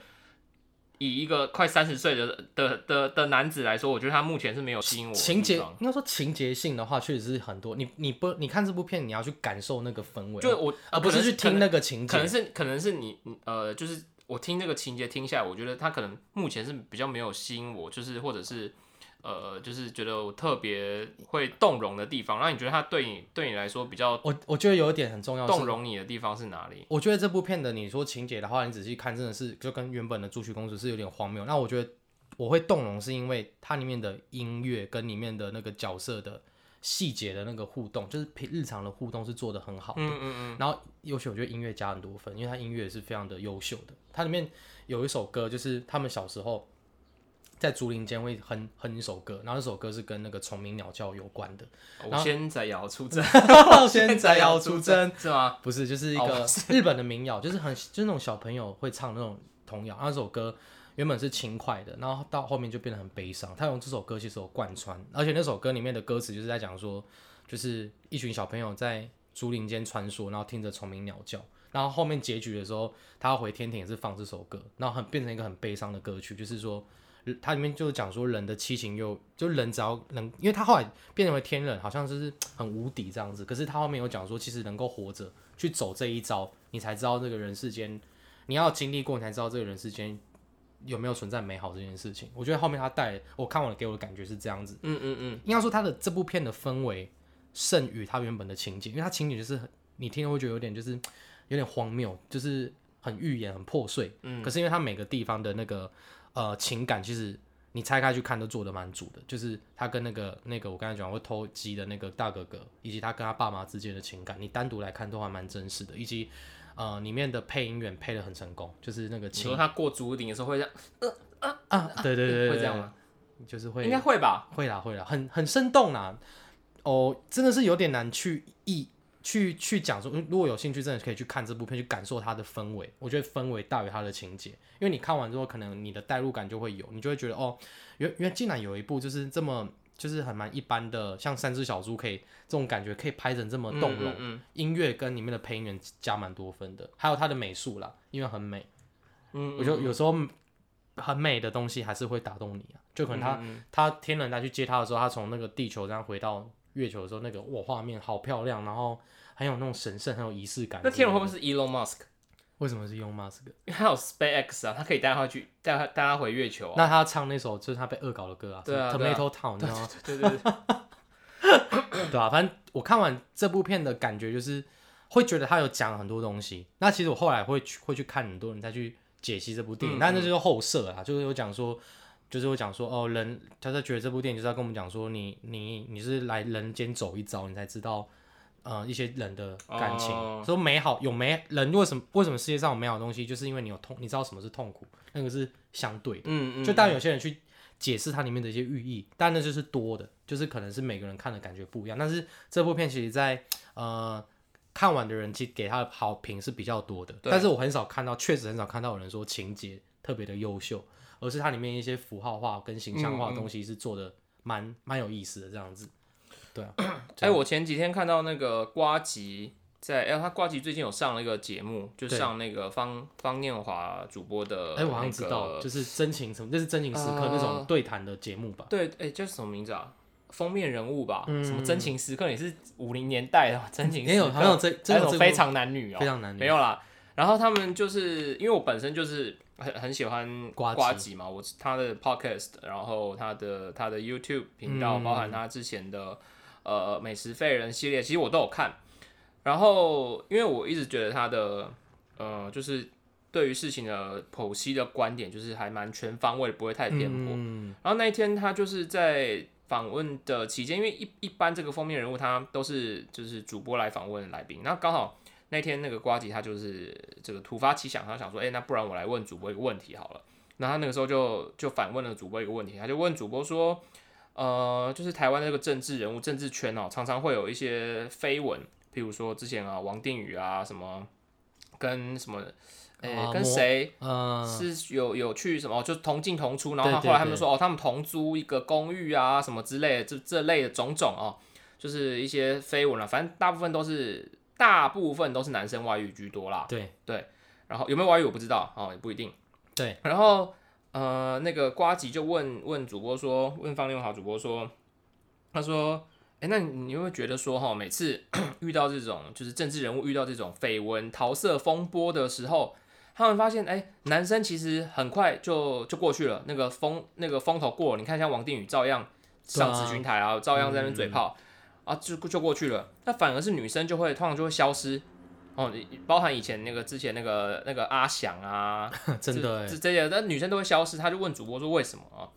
以一个快三十岁的的的的男子来说，我觉得他目前是没有吸引我的地
情节
方
应该说情节性的话，确实是很多。你你不你看这部片，你要去感受那个氛围，
就我
而不
可
是
能
去听那个情
可能
节。
是可能是你呃，就是我听这个情节听下来，我觉得他可能目前是比较没有吸引我，就是或者是呃，就是觉得我特别会动容的地方。那你觉得他对你对你来说比较
我我觉得有一点很重要
动
哦是，
容你的地方是哪里？
我觉得这部片的你说情节的话，你仔细看真的是就跟原本的《朱雀公主》是有点荒谬。那我觉得我会动容，是因为它里面的音乐跟里面的那个角色的细节的那个互动，就是平日常的互动是做的很好的。
嗯嗯
然后尤其我觉得音乐加很多分，因为他音乐是非常的优秀的。它里面有一首歌，就是他们小时候在竹林间会哼哼一首歌，然后那首歌是跟那个虫鸣鸟叫有关的。
嗯，我先在摇出征，
现在要出征，
是吗？
哦不是，就是一个日本的民谣， 就是很就是那种小朋友会唱那种童谣。那首歌原本是轻快的，然后到后面就变得很悲伤。他用这首歌其实有贯穿，而且那首歌里面的歌词就是在讲说，就是一群小朋友在竹林间穿梭，然后听着虫鸣鸟叫。然后后面结局的时候，他要回天庭也是放这首歌，然后很变成一个很悲伤的歌曲，就是说。它里面就是讲说人的七情又就人只要能，因为他后来变成为天人，好像就是很无敌这样子。可是他后面有讲说，其实能够活着去走这一招，你才知道这个人世间，你要经历过，你才知道这个人世间有没有存在美好这件事情。我觉得后面他带我看完了给我的感觉是这样子，
嗯嗯嗯，
应该说他的这部片的氛围胜于他原本的情节，因为他情节就是很你听了会觉得有点就是有点荒谬，就是很预言很破碎。嗯，可是因为他每个地方的那个呃情感，其实你拆开去看都做的蛮足的，就是他跟那个那个我刚才讲会偷鸡的那个大哥哥，以及他跟他爸妈之间的情感，你单独来看都还蛮真实的，以及呃里面的配音员配的很成功，就是那个
你
情
说他 过竹顶的时候会这样，
啊，对对对对，
会这样
对
吗？
就是会
应该会吧？
会啦，会啦，很很生动啦。哦，真的是有点难去意去去讲说，嗯如果有兴趣，真的可以去看这部片，去感受它的氛围。我觉得氛围大于它的情节，因为你看完之后，可能你的代入感就会有，你就会觉得哦，原原竟然有一部就是这么就是很蛮一般的，像《三只小猪》可以这种感觉可以拍成这么呃动容，
嗯嗯
音乐跟里面的配音员加蛮多分的，还有它的美术啦，因为很美。
嗯，
我觉得有时候很美的东西还是会打动你啊，就可能
嗯
他、他天人他去接他的时候，他从那个地球这样回到月球的时候，那个哇画面好漂亮，然后很有那种神圣，很有仪式感。
那天龙会不会是 Elon Musk？
为什么是用 Musk？、
因为他有 SpaceX 啊，他可以带他去带他带他回月球啊。
那他唱那首就是他被恶搞的歌啊，
对啊
什么
对啊
Tomato Town，你知 道吗？
对对 对，
对啊，反正我看完这部片的感觉就是会觉得他有讲很多东西。那其实我后来会去会去看很多人再去解析这部电影，
嗯
但那就是后设啊，就是有讲说，就是有讲说哦，人他在觉得这部电影就是要跟我们讲说，你你你是来人间走一遭，你才知道。呃，一些人的感情，
哦
说美好有美人为什么为什么世界上有美好的东西，就是因为你有痛，你知道什么是痛苦，那个是相对的。
嗯嗯，
就当然有些人去解释它里面的一些寓意，但那就是多的，就是可能是每个人看的感觉不一样。但是这部片其实在呃看完的人其实给他的好评是比较多的，
对
但是我很少看到，确实很少看到有人说情节特别的优秀，而是它里面一些符号化跟形象
嗯
化的东西是做的蛮蛮有意思的这样子。对啊，
哎、我前几天看到那个瓜吉在，哎、他瓜吉最近有上了一个节目，就
对
上那个方方念华主播的、呃那
哎、我好像知道，
个
就是真情什么，就是真情时刻
呃
那种对谈的节目吧。
对，哎、叫什么名字啊？封面人物吧，什么真情时刻也是五零年代的真呃情时刻，
嗯也有好像有这
那
真有这
种
部
非常男女哦、
非常男女
没有啦。然后他们就是因为我本身就是很很喜欢
瓜吉
瓜吉嘛，我他的 podcast，然后他的他的 YouTube 频道，
嗯
包含他之前的呃美食废人系列，其实我都有看。然后因为我一直觉得他的呃，就是对于事情的剖析的观点，就是还蛮全方位的，不会太偏颇。
嗯，
然后那一天他就是在访问的期间，因为一一般这个封面人物他都是就是主播来访问来宾，那刚好那天那个瓜吉他就是这个突发奇想，他想说，哎、那不然我来问主播一个问题好了。那他那个时候就就反问了主播一个问题，他就问主播说，呃，就是台湾的这个政治人物、政治圈哦，常常会有一些绯闻，譬如说之前啊，王定宇啊，什么跟什么，哎、
啊
跟
摩
谁、
呃，
是有有去什么，就同进同出，然后他
对对
后来他们
对
说哦，他们同租一个公寓啊，什么之类的，这这类的种种哦，就是一些绯闻了、啊反正大部分都是大部分都是男生外遇居多啦。
对
然后有没有外遇我不知道哦，也不一定。
对，
然后呃，那个瓜吉就问问主播说，问方六好主播说，他说，哎，那你你会觉得说哈、每次 遇到这种就是政治人物遇到这种绯闻、桃色风波的时候，他们发现，哎，男生其实很快就就过去了，那个风那个风头过了，你看像王定宇照样上
对啊
咨询台啊，照样在那边嘴炮、啊，就就过去了。那反而是女生就会通常就会消失。哦，包含以前那个之前那个那个阿翔啊，
真的哎
这，这些，但女生都会消失。他就问主播说为什么啊？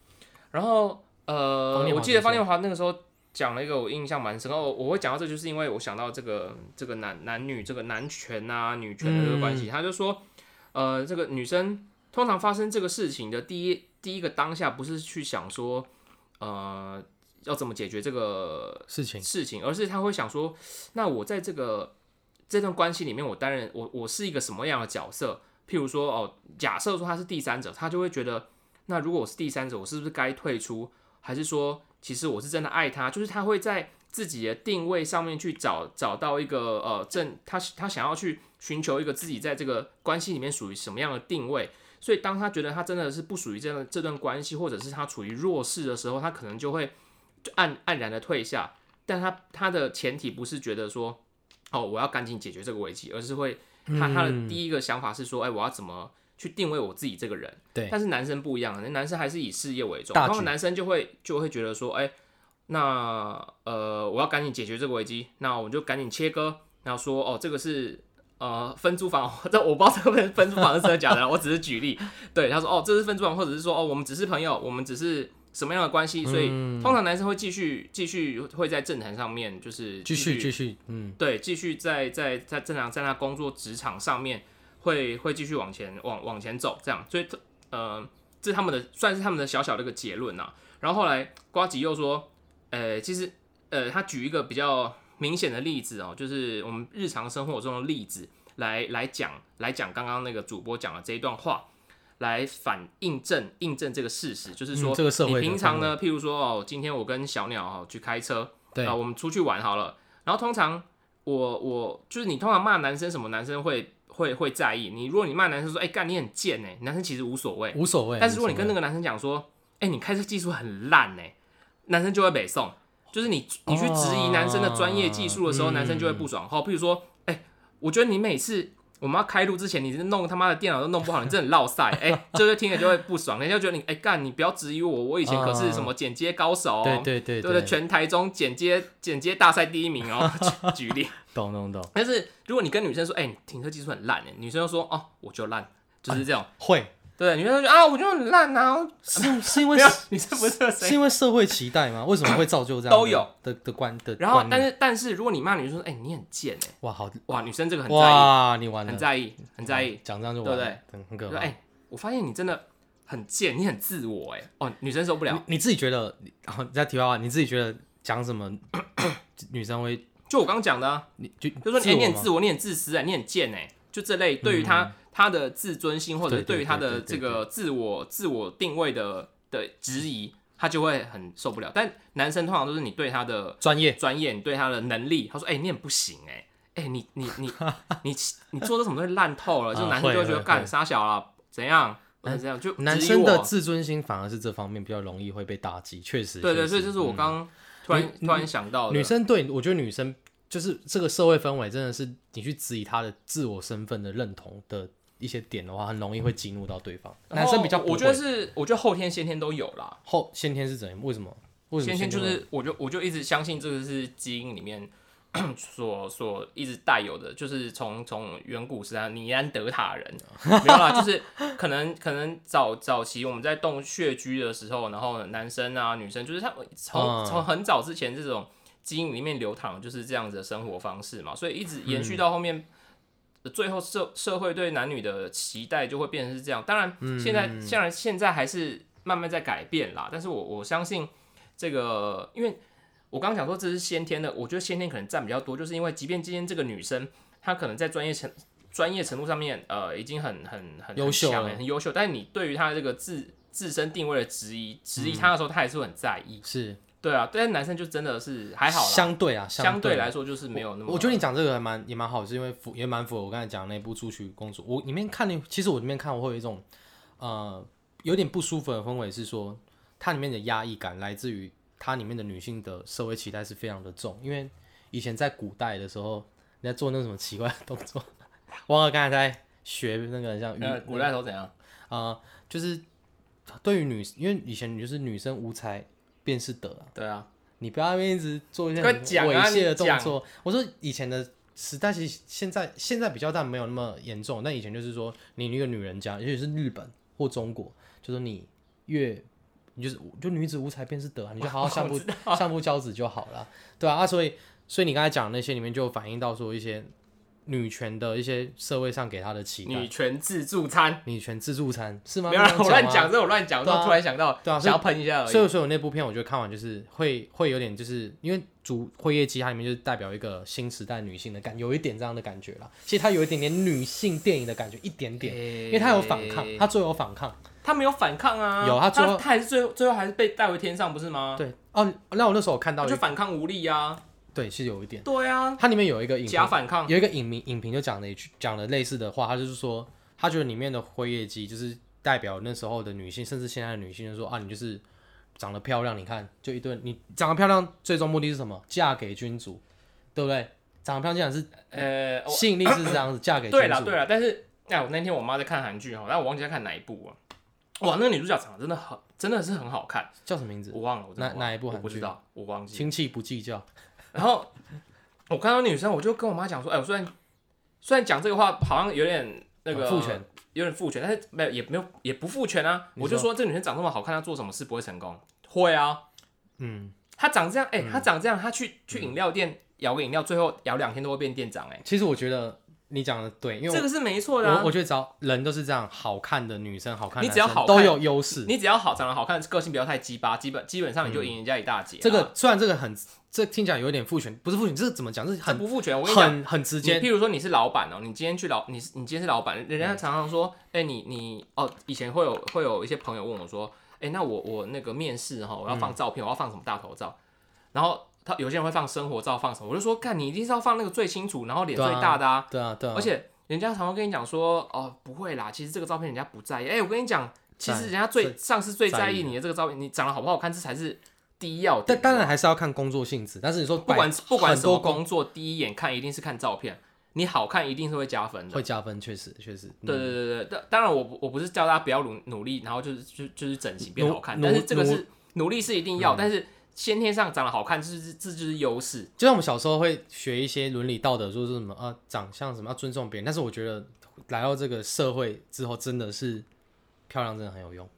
然后
方
呃
念，华
我记得
怎么说
方念华那个时候讲了一个我印象蛮深刻，我我会讲到这，就是因为我想到这个这个男男女这个男权啊女权的这个关系，他就说呃，这个女生通常发生这个事情的第一第一个当下，不是去想说呃要怎么解决这个
事情
事情，而是他会想说， 那我在这个这段关系里面，我担任我我是一个什么样的角色？譬如说，哦，假设说他是第三者，他就会觉得，那如果我是第三者，我是不是该退出？还是说，其实我是真的爱他？就是他会在自己的定位上面去找找到一个呃正他他想要去寻求一个自己在这个关系里面属于什么样的定位。所以，当他觉得他真的是不属于这段这段关系，或者是他处于弱势的时候，他可能就会就黯黯然的退下。但他他的前提不是觉得说，哦，我要赶紧解决这个危机，而是会
嗯
他他的第一个想法是说，哎、我要怎么去定位我自己这个人？
对
但是男生不一样，男生还是以事业为重，
大局
然后男生就会就会觉得说，哎、那呃，我要赶紧解决这个危机，那我们就赶紧切割，然后说，哦，这个是。呃，分租房， 这我不知道这个分租房是真的假的啦，我只是举例。对，他说哦，这是分租房，或者是说哦，我们只是朋友，我们只是什么样的关系，所以
嗯
通常男生会继续继续会在政坛上面，就是
继续继续，嗯，
对，继续在在在正常在他工作职场上面会会继续往前往往前走，这样，所以呃，这是他们的算是他们的小小的一个结论呐、然后后来瓜吉又说，呃，其实呃，他举一个比较明显的例子哦，就是我们日常生活中的例子来来讲来讲刚刚那个主播讲的这一段话。来反印证印证这个事实，就是说，
嗯这个社会
你
的
平常
氛围
呢，譬如说哦，今天我跟小鸟哦去开车，
对
啊、，我们出去玩好了。然后通常我我就是你通常骂男生什么，男生会会会在意你。如果你骂男生说，哎、干你很贱哎、男生其实无所谓。
无所谓。
但是如果你
无所
跟那
谓
个男生讲说，哎、你开车技术很烂哎、男生就会北送。就是你你去质疑男生的专业技术的时候，
哦
男生就会不爽。好，譬如说，哎、我觉得你每次。我们要开录之前，你弄他妈的电脑都弄不好，你真的很落塞，哎、这就听了就会不爽，人家就觉得你，哎、干你不要质疑我，我以前可是什么剪接高手、哦，
对对
对不对？全台中剪接剪接大赛第一名哦， 举举例。
懂懂懂，
但是如果你跟女生说，哎、你停车技术很烂哎，女生就说，哦，我就烂，就是 这种。
会
对，女生就觉得啊，我就很烂啊。
是是因为
没有， 女生不是这个声
是
音。
因为社会期待吗？为什么会造就这样的
都有
的的观的观念？
然后，但是但是，如果你骂女生说，哎、你很贱哎，
哇好
哇，女生这个很在
哇，你
意，
完了，
很在意，很在意。
讲这样就完了，
对
很很可
说，
怕。
哎、我发现你真的很贱，你很自我哎，哦，女生受不了。
你你自己觉得，然后你再提到啊，你自己觉得讲什么 女生会
就我刚刚讲的、啊，
你就
就说你、
我
哎你很
吗嗯
自我，你很自私啊，你很贱哎、就这类对于他、他的自尊心或者
对
是
对
对于他
对
的
对
这
对
个自我自我定位的的质疑，他就会很受不了。但男生通常都是你对他的
专业，
专业，你对他的能力，他说：“哎、你很不行哎、哎、你你 你你你做这种东西烂透了。”就
啊
男生就会
会
觉得
会
干
会
傻小了，怎样？不能这样就
男
质疑
生的
我
自尊心反而是这方面比较容易会被打击，确实。
对对，
确
所
实嗯
以这是我刚刚突然突然想到的。
女生对我觉得女生就是这个社会氛围，真的是你去质疑她的自我身份的认同的一些点的话，很容易会激怒到对方。
然
男
后
生比较不
嗯哦我觉得
会
是，我觉得后天先天都有啦。
后先天是怎样？为什么？为什么
先天就
会
是，我就我就一直相信这个是基因里面 所所一直带有的，就是从从远古时代尼安德塔人，没有啦，就是可能可能早早期我们在动穴居的时候，然后男生啊女生，就是他们从
嗯
从很早之前这种基因里面流淌的就是这样子的生活方式嘛，所以一直
嗯
延续到后面。呃最后社社会对男女的期待就会变成是这样。当然，
嗯
现在当然现在还是慢慢在改变啦。但是我我相信这个，因为我刚刚讲说这是先天的，我觉得先天可能占比较多，就是因为即便今天这个女生她可能在专业程专业程度上面，呃，已经很很很
优秀
很强
了
很优秀，但是你对于她这个自自身定位的质疑，
嗯
质疑她的时候，她还是会很在意。
是
对啊，但是男生就真的是还好啦，
相对啊，
相
对
对来说就是没有那么
我觉得你讲这个还蛮也蛮好，是因为符也蛮符合我刚才讲的那部《朱熹公主》。我里面看那，其实我里面看我会有一种呃有点不舒服的氛围，是说它里面的压抑感来自于它里面的女性的社会期待是非常的重，因为以前在古代的时候，人家做那种什么奇怪的动作， 忘了刚才在学那个像
呃，古代头怎样？
呃，就是对于女，因为以前就是女生无才便是德啊，
对 啊，
你不要在那边一直做一些
快
很
讲啊
猥亵的
你
动
讲
作。我说以前的时代，其实现在现在比较但没有那么严重，但以前就是说，你一个女人家，尤其是日本或中国，就说你越你就是就女子无才便是德啊，你就好好 相夫相夫教子就好了，对啊啊，所以所以你刚才讲的那些里面就有反映到说一些女权的一些社会上给她的期待，
女权自助餐。
女权自助餐是吗？
没有啦，
这样
我乱
吗
讲，这我乱讲，
对啊
我突然想到，
对啊所
想
以
要喷一下而已。
所以所以我那部片我觉得看完就是会会有点就是因为主《辉夜姬》它里面就是代表一个新时代女性的感，有一点这样的感觉啦。其实它有一点点女性电影的感觉，一点点，因为它有反抗，它最后有反抗。
他没有反抗啊，
有他
他
最后
他还是最后最后还是被带回天上，不是吗？
对哦，那我那时候我看到
他
一
就反抗无力啊，
对是有一点，
对啊，
它里面有一个影评
假反抗，
有一个影评影评就讲了一句讲了类似的话，他就是说他觉得里面的辉夜姬就是代表那时候的女性，甚至现在的女性，就说啊你就是长得漂亮，你看就一顿你长得漂亮，最终目的是什么？嫁给君主，对不对？长得漂亮竟
呃
然，是吸引力是这样子，嫁给君
对啦
主。
对啦，但是哎，我那天我妈在看韩剧哈，但我忘记在看哪一部了。哇，那个女主角长得真的很，真的是很好看，
叫什么名字？
我忘了，我真的
哪
忘了
哪一部
我不
韩剧
知道，我忘记了。
亲戚不计较，
然后我看到女生，我就跟我妈讲说，哎、我虽然虽然讲这个话好像有点那个
父权，
有点父权，但是没有也没有也不父权啊。
你说
我就说这女生长这么好看，她做什么事不会成功？会啊，
嗯，
她长这样，哎、她长这样，她去去饮料店摇个饮料，最后摇两天都会变店长、哎，
其实我觉得你讲的对，因为
这
我。
个是没错的、
我
啊
我。觉得只要人都是这样，好看的女生、好看的
你只要
男生
好看
都有优势。
你只要好长得好看，个性不要太鸡巴，基本基本上你就赢人家一大截啊、
这个虽然这个很，这听起来有点父权，不是父权，这是怎么讲？这是
这
很
不父权，我跟你讲。
很很直
你
接，
譬如说你是老板哦、你今天去老你是你今天是老板，人
嗯
家常常说，哎、你你哦，以前会有会有一些朋友问我说，哎、那我我那个面试哈，我要放照片，我要放什么大头
嗯
照？然后他有些人会放生活照，放什么？我就说，干，你一定是要放那个最清楚，然后脸
对
最
啊
大的啊。
对啊对啊，
而且人家常常跟你讲说，哦，不会啦，其实这个照片人家不在意。哎、我跟你讲，其实人家最上司最在
在意
意你的这个照片，你长得好不好看，这才是第一要点。
但当然还是要看工作性质，但是你说
不管
百
不管
很
什么
多工
工作，第一眼看一定是看照片，你好看一定是会加分的。
会加分，确实确实，嗯
对对对对，当当然我不我不是叫大家不要努努力，然后就是就就是整形变
努
好看，
努嗯
但是这个是努力是一定要，但是先天上长得好看，这是这就是优势。
就像我们小时候会学一些伦理道德，说是什么啊，长相什么要尊重别人，但是我觉得来到这个社会之后，真的是漂亮真的很有用。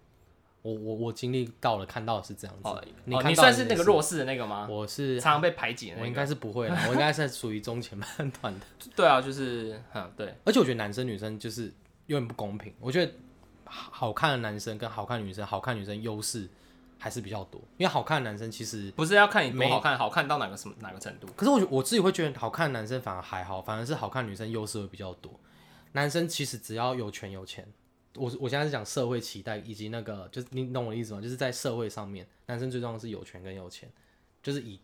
我我我经历到了，看到的是这样子。
哦，
嗯你
哦
看到
你
的
算是那
也
个，弱势的那个吗？
我是
常常被排挤的
我
那
应
个。
该是不会啦，我应该是属于中前半段的。
对啊，就是嗯对，
而且我觉得男生女生就是有点不公平。我觉得好好看的男生跟好看的女生，好看的女生优势还是比较多，因为好看的男生其实，
不是要看你多
没
好看，好看到哪个什么哪个程度？
可是我觉我自己会觉得好看的男生反而还好，反而是好看的女生优势会比较多。男生其实只要有权有钱，我我现在是讲社会期待以及那个，就是你懂我的意思吗？就是在社会上面，男生最重要的是有权跟有钱，就是以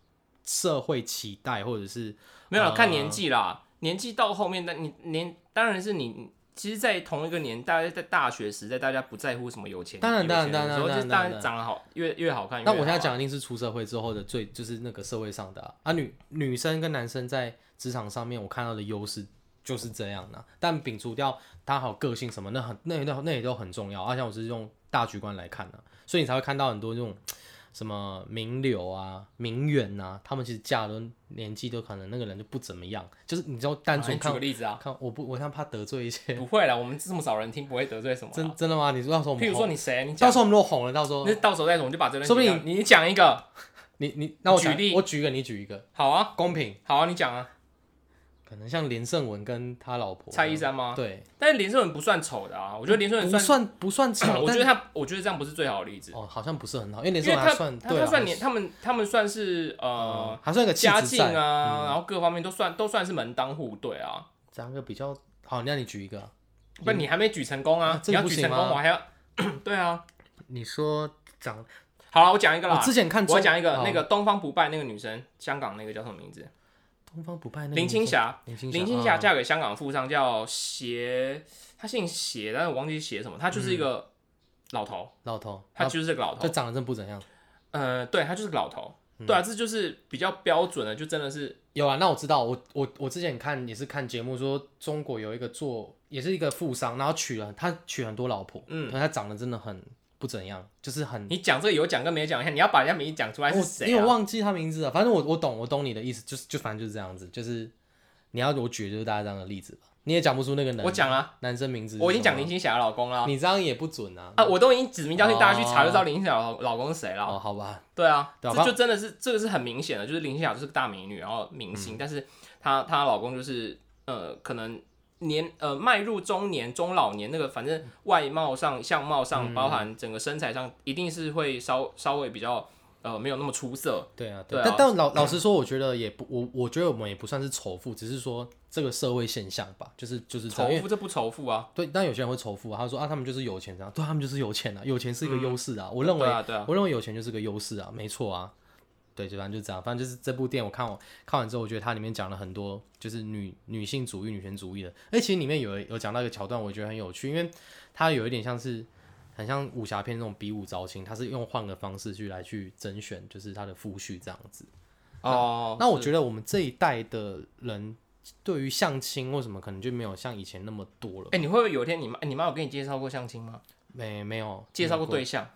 社会期待或者是
没有啦
呃
看年纪啦，年纪到后面，那你年当然是你。其实，在同一个年代，在大学时代，大家不在乎什么有钱，
当然
有钱
当然
有钱有
当然
钱就是
当
当
然
然长得好，越越好看越好
那
啊。
我现在讲的一定是出社会之后的最，就是那个社会上的啊，啊女女生跟男生在职场上面，我看到的优势就是这样啦、但摒除掉他好个性什么，那很那那那也都很重要。而、且我是用大局观来看呢、所以你才会看到很多这种什么名流啊、名媛啊，他们其实嫁的年纪都可能那个人就不怎么样，就是你知道单
啊你
纯
举
看、
个啊例子啊，
看，我不我像怕得罪一些，
不会啦，我们这么少人听，不会得罪什么啦。
真真的吗？你说到时候我
譬
们
如说
红，
你谁，你讲
到时，候我们如果红了，到时候
那到时候再说，我们就把这段
说不
剪掉你讲一个，
你你那我
举
讲
例
我举一个，你举一个，
好啊，
公平。
好啊，你讲啊，
可能像连胜文跟他老婆
蔡依珊吗？
对，
但是林胜文不算丑的啊，我觉得林胜文
不
算，
算不 算丑，
我觉
但
得他，我觉得这样不是最好的例子，
哦，好像不是很好，因为连
因
胜
为
文
他
还算
他
对
他
啊，
算
还
年，他们他们算是呃
嗯还算有个气
家
质
境
在。嗯
啊，然后各方面都算都算是门当户对啊。
讲个比较好，那你举一个，
不，你还没举成功啊
啊！这
你要
个不
举
行
成功，
吗
我还要 对啊。
你说长，
好了，我讲一个
我
啦。
之前看
我
中
要讲一个
哦
那个东方不败那个女生，香港那个叫什么名字？
东方不败那个
林青
女生，
霞。
林青
林青霞
啊
嫁给香港富商叫邪，他姓邪，但是我忘记邪什么。他就是一个老头，
老头，
他
他
就是这个老头
就。长得真不怎样。
呃，对，他就是个老头。
嗯
对啊，这就是比较标准的，就真的是
有啊，那我知道，我我我之前看也是看节目说，中国有一个做也是一个富商，然后娶了他娶很多老婆，
嗯
可是他长得真的很不怎样，就是很
你讲这个有讲跟没讲一样，你要把人家名字讲出来是
哦我因
谁
为我
啊？
忘记他名字了，反正我我懂我懂你的意思，就是就反正就是这样子，就是你要我举就是大家这样的例子吧，你也讲不出那个男
我讲啊，
男生名字是什么，
我已经讲林青霞的老公啦。
你这样也不准啊
啊，我都已经指名道姓，大家去查就知道林青霞老老公是谁了。
哦，好吧，
对啊，
对啊
这就真的是这个是很明显的，就是林青霞就是个大美女，然后明星，但是她她老公就是呃，可能年呃迈入中年、中老年那个，反正外貌上、相貌上，包含整个身材上，一定是会稍稍微比较呃没有那么出色。
对啊，
对啊
但但老老实说，我觉得也不我我觉得我们也不算是仇富，只是说这个社会现象吧，就是就是这
仇
样，因为
富这不仇富啊，
对，但有些人会仇富啊，他说啊他们就是有钱这样，对他们就是有钱啊，有钱是一个优势啊，我认为
嗯对啊对啊，
我认为有钱就是个优势啊，没错啊。对，就反正就是这样，反正就是这部电影我看完看完之后，我觉得它里面讲了很多就是女女性主义、女权主义的。哎，其实里面有有讲到一个桥段，我觉得很有趣，因为它有一点像是很像武侠片那种比武招亲，它是用换个方式去来去甄选，就是他的夫婿这样子。
哦，
那我觉得我们这一代的人对于相亲为什么可能就没有像以前那么多了？
哎、你会不会有一天你妈、哎你妈有跟你介绍过相亲吗？
没没有
介绍过？对象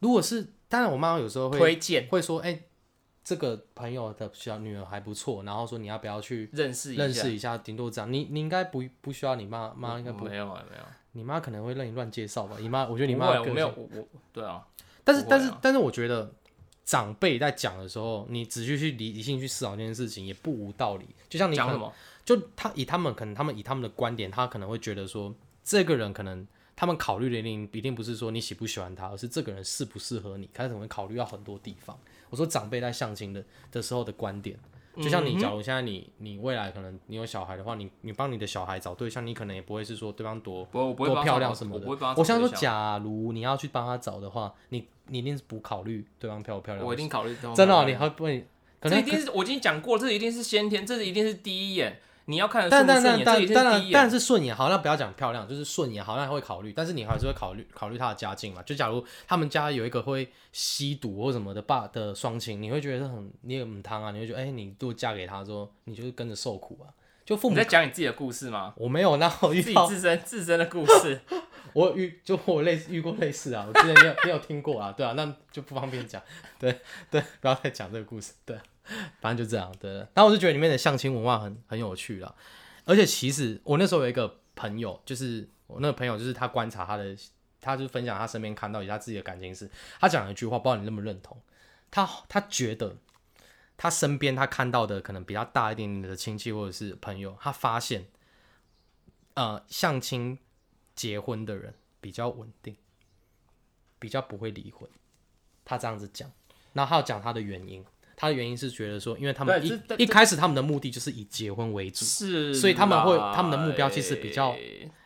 如果是当然，我妈妈有时嗯候会
推荐
会说，哎、这个朋友的小女儿还不错，然后说你要不要去
认识一下，
认识一下，顶多这样。你你应该不不需要你妈妈，应该不，
没有啊没有，
你妈可能会让你乱介绍吧。你妈，我觉得你
不
妈
会啊
的
我
个
没有
性，
我我对啊，
但是、
不会啊
但是但是我觉得长辈在讲的时候，你只去去理理性去思考这件事情，也不无道理。就像你可
讲
能
什么？
就他以他们可能他们以他们的观点，他可能会觉得说，这个人可能他们考虑的一定一定不是说你喜不喜欢他，而是这个人适不适合你，他可能会考虑到很多地方。我说长辈在相亲的的时候的观点，就像
嗯
你，假如现在你你未来可能你有小孩的话，你你帮你的小孩找对象，你可能也不会是说对方多
不，我不会
多
帮他
漂
找
亮
我
什么的
我不会帮他。找
我现在说，
对象
假如你要去帮他找的话，你你一定是不考虑对方漂不漂亮，
我一定考虑啊
真的哦、你还会可
这
能
一定是我已经讲过，这一定是先天，这一定是第一眼你要看的
但
顺不
但
顺
但
眼，这一定
但当
是第
然
一，
但
眼。
是顺眼好，那不要讲漂亮，就是顺眼好，那会考虑，但是你还是会考虑考虑他的家境嘛。就假如他们家有一个会吸毒或什么的爸的双亲，你会觉得很你也很汤啊，你会觉得哎、你如果嫁给他之后，你就是跟着受苦啊。就父
你
母
在讲你自己的故事吗？
我没有，那我遇
自己
到
自身自身的故事，
我有遇就我类似遇过类似啊，我之前没有没有听过啊，对啊，那就不方便讲，对对，不要再讲这个故事，对，啊反正就这样，对。然后我就觉得里面的相亲文化很很有趣啦，而且其实我那时候有一个朋友，就是我那个朋友，就是他观察他的，他就分享他身边看到以及他自己的感情事，他讲了一句话，不知道你认不认同，他他觉得。他身边他看到的可能比他大一点点的亲戚或者是朋友，他发现，呃，相亲结婚的人比较稳定，比较不会离婚。他这样子讲，然后他有讲他的原因，他的原因是觉得说，因为他们
对
一
这这
一开始他们的目的 就是以结婚为主，
是，
所以他们会他们的目标其实比较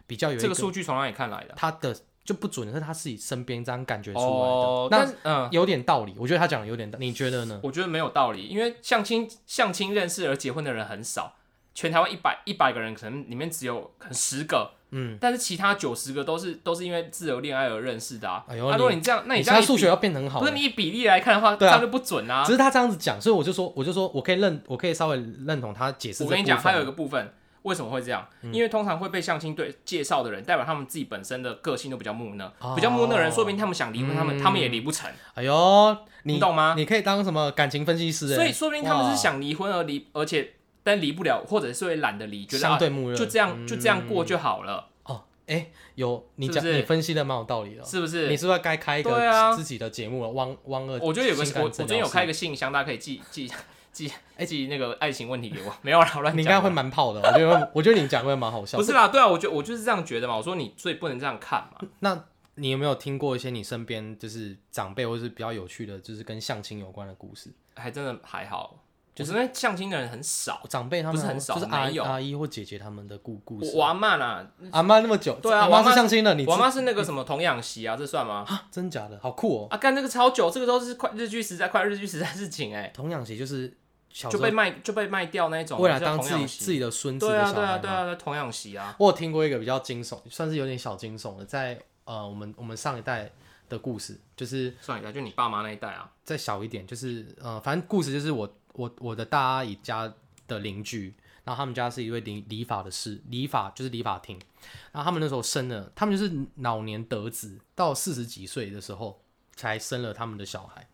比较有一
这个数据从哪里看来的？啊
他的就不准，是他自己身边这样感觉出来的，
哦，
那
但嗯，
有点道理，我觉得他讲的有点道，你觉得呢？
我觉得没有道理，因为相亲相亲认识而结婚的人很少，全台湾一百一百个人，可能里面只有可能十个，嗯，但是其他九十个都是都是因为自由恋爱而认识的啊。
哎呦
啊如果你这样，那
你
这样
他
一比
数学要变得很好
不，是你以比例来看的话，这
对啊
样就不准啊
只。是他这样子讲，所以我就说，我就说我可以认，我可以稍微认同他解释。
我跟你讲，还有一个部分。为什么会这样？
嗯
因为通常会被相亲对介绍的人，代表他们自己本身的个性都比较木讷，
哦
比较木讷的人，说不定他们想离婚，他们他们也离不成，
哎呦，
你
你
懂吗？
你可以当什么感情分析师？
所以
哎，
说不定他们
哇
是想离婚而离，而且但离不了，或者是会懒得离，觉得啊
相对木热嗯
就这样就这样过就好了，
哦，哎，有你
是
讲
不是
你分析的蛮有道理的哦，
是不
你
是？
是不是该开一
对啊
个自己的节目了？汪汪二，
我觉得有个
情
我
感
我
诊
之
疗
前有
室
开一个信箱，大家可以寄寄寄寄那个爱情问题给我，没有啦，我乱
哎你应该
讲
会
的。
蛮泡的，我觉得我觉得你讲会蛮好 笑
不。是啦，对啊，我觉我就是这样觉得嘛。我说你所以不能这样看嘛。
那你有没有听过一些你身边就是长辈或是比较有趣的，就是跟相亲有关的故事？
还真的还好，就是因为相亲的人很少。
长辈他们
不是很少
就是阿
没有
阿姨或姐姐他们的故故
我
事。
我阿妈啦，
阿妈那么久，
对啊
阿
我阿
妈
嬷
是相亲了，你
我阿
知
妈是那个什么童养媳啊，这算吗？
啊真假的好酷哦！
啊，干这个超久，这个都是快日剧时代，快日剧时代事情哎、
童养媳就是小时
就
候
被卖就被卖掉那一种，
未来
叫
当
童
自己
养媳
自己的孙子
对
的
啊
小
对啊
孩
对
嘛。
啊，对童养媳啊，
我有听过一个比较惊悚，算是有点小惊悚的，在呃我们我们上一代的故事，就是
算一下，就你爸妈那一代啊，
再小一点，就是呃，反正故事就是我我我的大阿姨家的邻居，然后他们家是一位理理发的师，理发就是理发厅，然后他们那时候生了，他们就是老年得子，到四十几岁的时候才生了他们的小孩，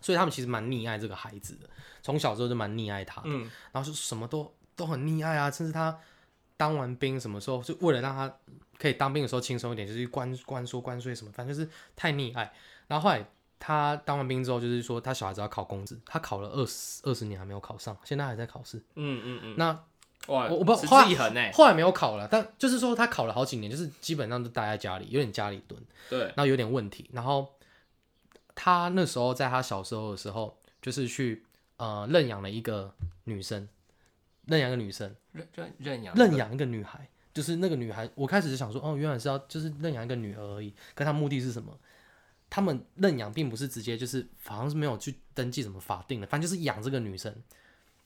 所以他们其实蛮溺爱这个孩子的，从小时候就蛮溺爱他的，
嗯
然后就什么都都很溺爱啊，甚至他当完兵什么时候，就为了让他可以当兵的时候轻松一点，就是关关说关税什么，反正就是太溺爱。然后后来他当完兵之后，就是说他小孩子要考公职，他考了二十二十年还没有考上，现在还在考试。
嗯嗯嗯，
那
哇，
我我不
持
后来
之以恒哎、
后来没有考了，但就是说他考了好几年，就是基本上都待在家里，有点家里蹲。
对，
然后有点问题。然后他那时候在他小时候的时候，就是去呃认养了一个女生，认养一个女生，
认认认养
认养一个女孩。就是那个女孩，我开始就想说，哦，原来是要就是认养一个女儿而已。可她目的是什么？他们认养并不是直接就是，好像是没有去登记什么法定的，反正就是养这个女生。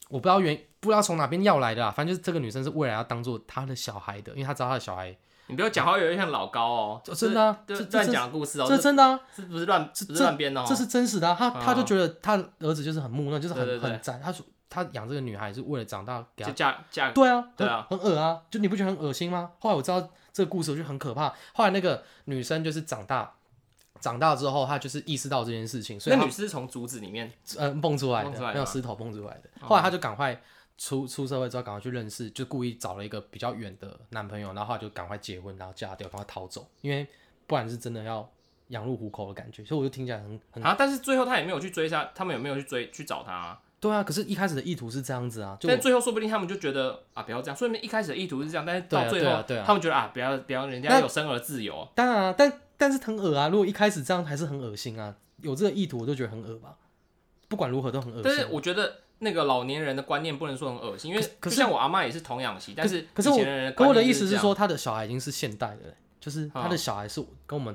我不知道原不知道从哪边要来的啦，反正就是这个女生是未来要当做她的小孩的，因为她知道她的小孩，
你不要讲话有点像老高哦，
这真的啊
这
这
这乱讲的故事哦，
这
这
真的啊、
这不是乱不
这
是乱编的哦，
这是真实的啊、他他
嗯
就觉得他儿子就是很木讷，就是很
对对对
很宅。他说他养这个女孩是为了长大给
就
她，
嫁嫁
对啊，
对啊
很，很恶啊，就你不觉得很恶心吗？后来我知道这个故事，我觉得很可怕。后来那个女生就是长大，长大之后她就是意识到这件事情，所以
那
她
女是从竹子里面，
呃蹦出来
蹦出来的
的，没有
吗
石头蹦出来的。
哦
后来她就赶快出出社会之后，赶快去认识，就故意找了一个比较远的男朋友，然后后来就赶快结婚，然后嫁掉，赶快逃走，因为不然是真的要养入虎口的感觉。所以我就听起来很很
啊，但是最后他也没有去追杀，他们也没有去追去找他、啊，
对啊，可是一开始的意图是这样子啊，就我
但最后说不定他们就觉得啊不要这样，所以一开始的意图是这样，但是
对
到
啊
最
对
后、
啊对啊
他们觉得啊不要不要，人家
那
有生而自由，
当然啊，但但是很恶啊，如果一开始这样还是很恶心啊，有这个意图我都觉得很恶吧，不管如何都很恶
但
心
是。我觉得那个老年人的观念不能说很恶心，因为
可
就是像我阿妈也是童养媳，但是
可是
以
我
前的人
可
观
我的
念
意
就
思
是
是
这
说，他的小孩已经是现代的嘞，就是他
哦
的小孩是跟我们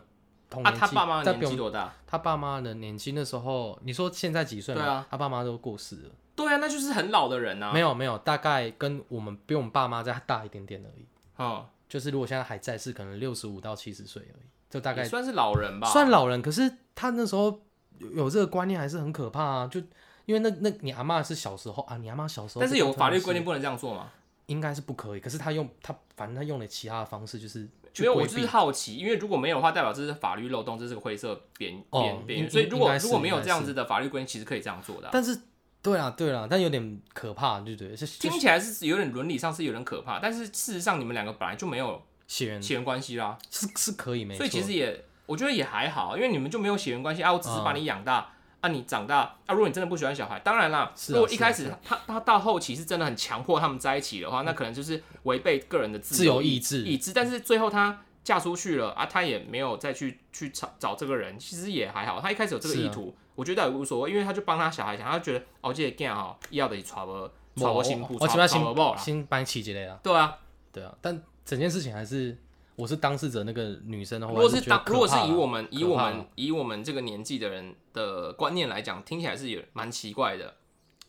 同
样啊，
年
他
纪，
爸妈的
在比
年
我
纪
们
多大？
他爸妈的年纪那时候，你说现在几岁嘛？
对啊，
他爸妈都过世了，
对啊，那就是很老的人啊。
没有没有，大概跟我们比我们爸妈再大一点点而已，
嗯，
就是如果现在还在世，可能六十五到七十岁而已，就大概
也算是老人吧。
算老人，可是他那时候有有这个观念还是很可怕啊！就因为那那你阿嬷是小时候啊，你阿嬷小时候，
但是有法律规
定
定不能这样做嘛？
应该是不可以，可是他用他反正他用了其他的方式，就是去
没有，我
规
就是
避。
好奇，因为如果没有的话，代表这是法律漏洞，这是个灰色边
哦
边边缘。
应
所以如
应
果
该是
如果没有
应该
这样子的法律规定，其实可以这样做的啊。
但是对啦对啦，但有点可怕，对不对？是
听起来是有点伦理上是有点可怕，但是事实上你们两个本来就没有
血缘
血缘关系啦，
是是可以没错，
所以其实也我觉得也还好，因为你们就没有血缘关系啊，我只是
嗯
把你养大、啊，你长大啊，如果你真的不喜欢小孩，当然啦，
是啊
如果一开
是
始他他到后期是真的很强迫他们在一起的话，那可能就是违背个人的
自
由
由意志
意志，但是最后他嫁出去了啊，他也没有再去去找找这个人，其实也还好。他一开始有
啊
这个意图，我觉得也无所谓，因为他就帮他小孩想，他觉得哦，这个 g a 哈，以后就是娶无娶无新妇，
我
娶
起码
娶
先
无某啦。
先帮你起之类啦。
对啊，
对啊，但整件事情还是我是当事者那个女生的话，
如果
我还
是
觉得
当如果
可
是
怕
以
啦
我们以我
可怕
们
啊
以我们这个年纪的人的观念来讲，听起来是有蛮奇怪的，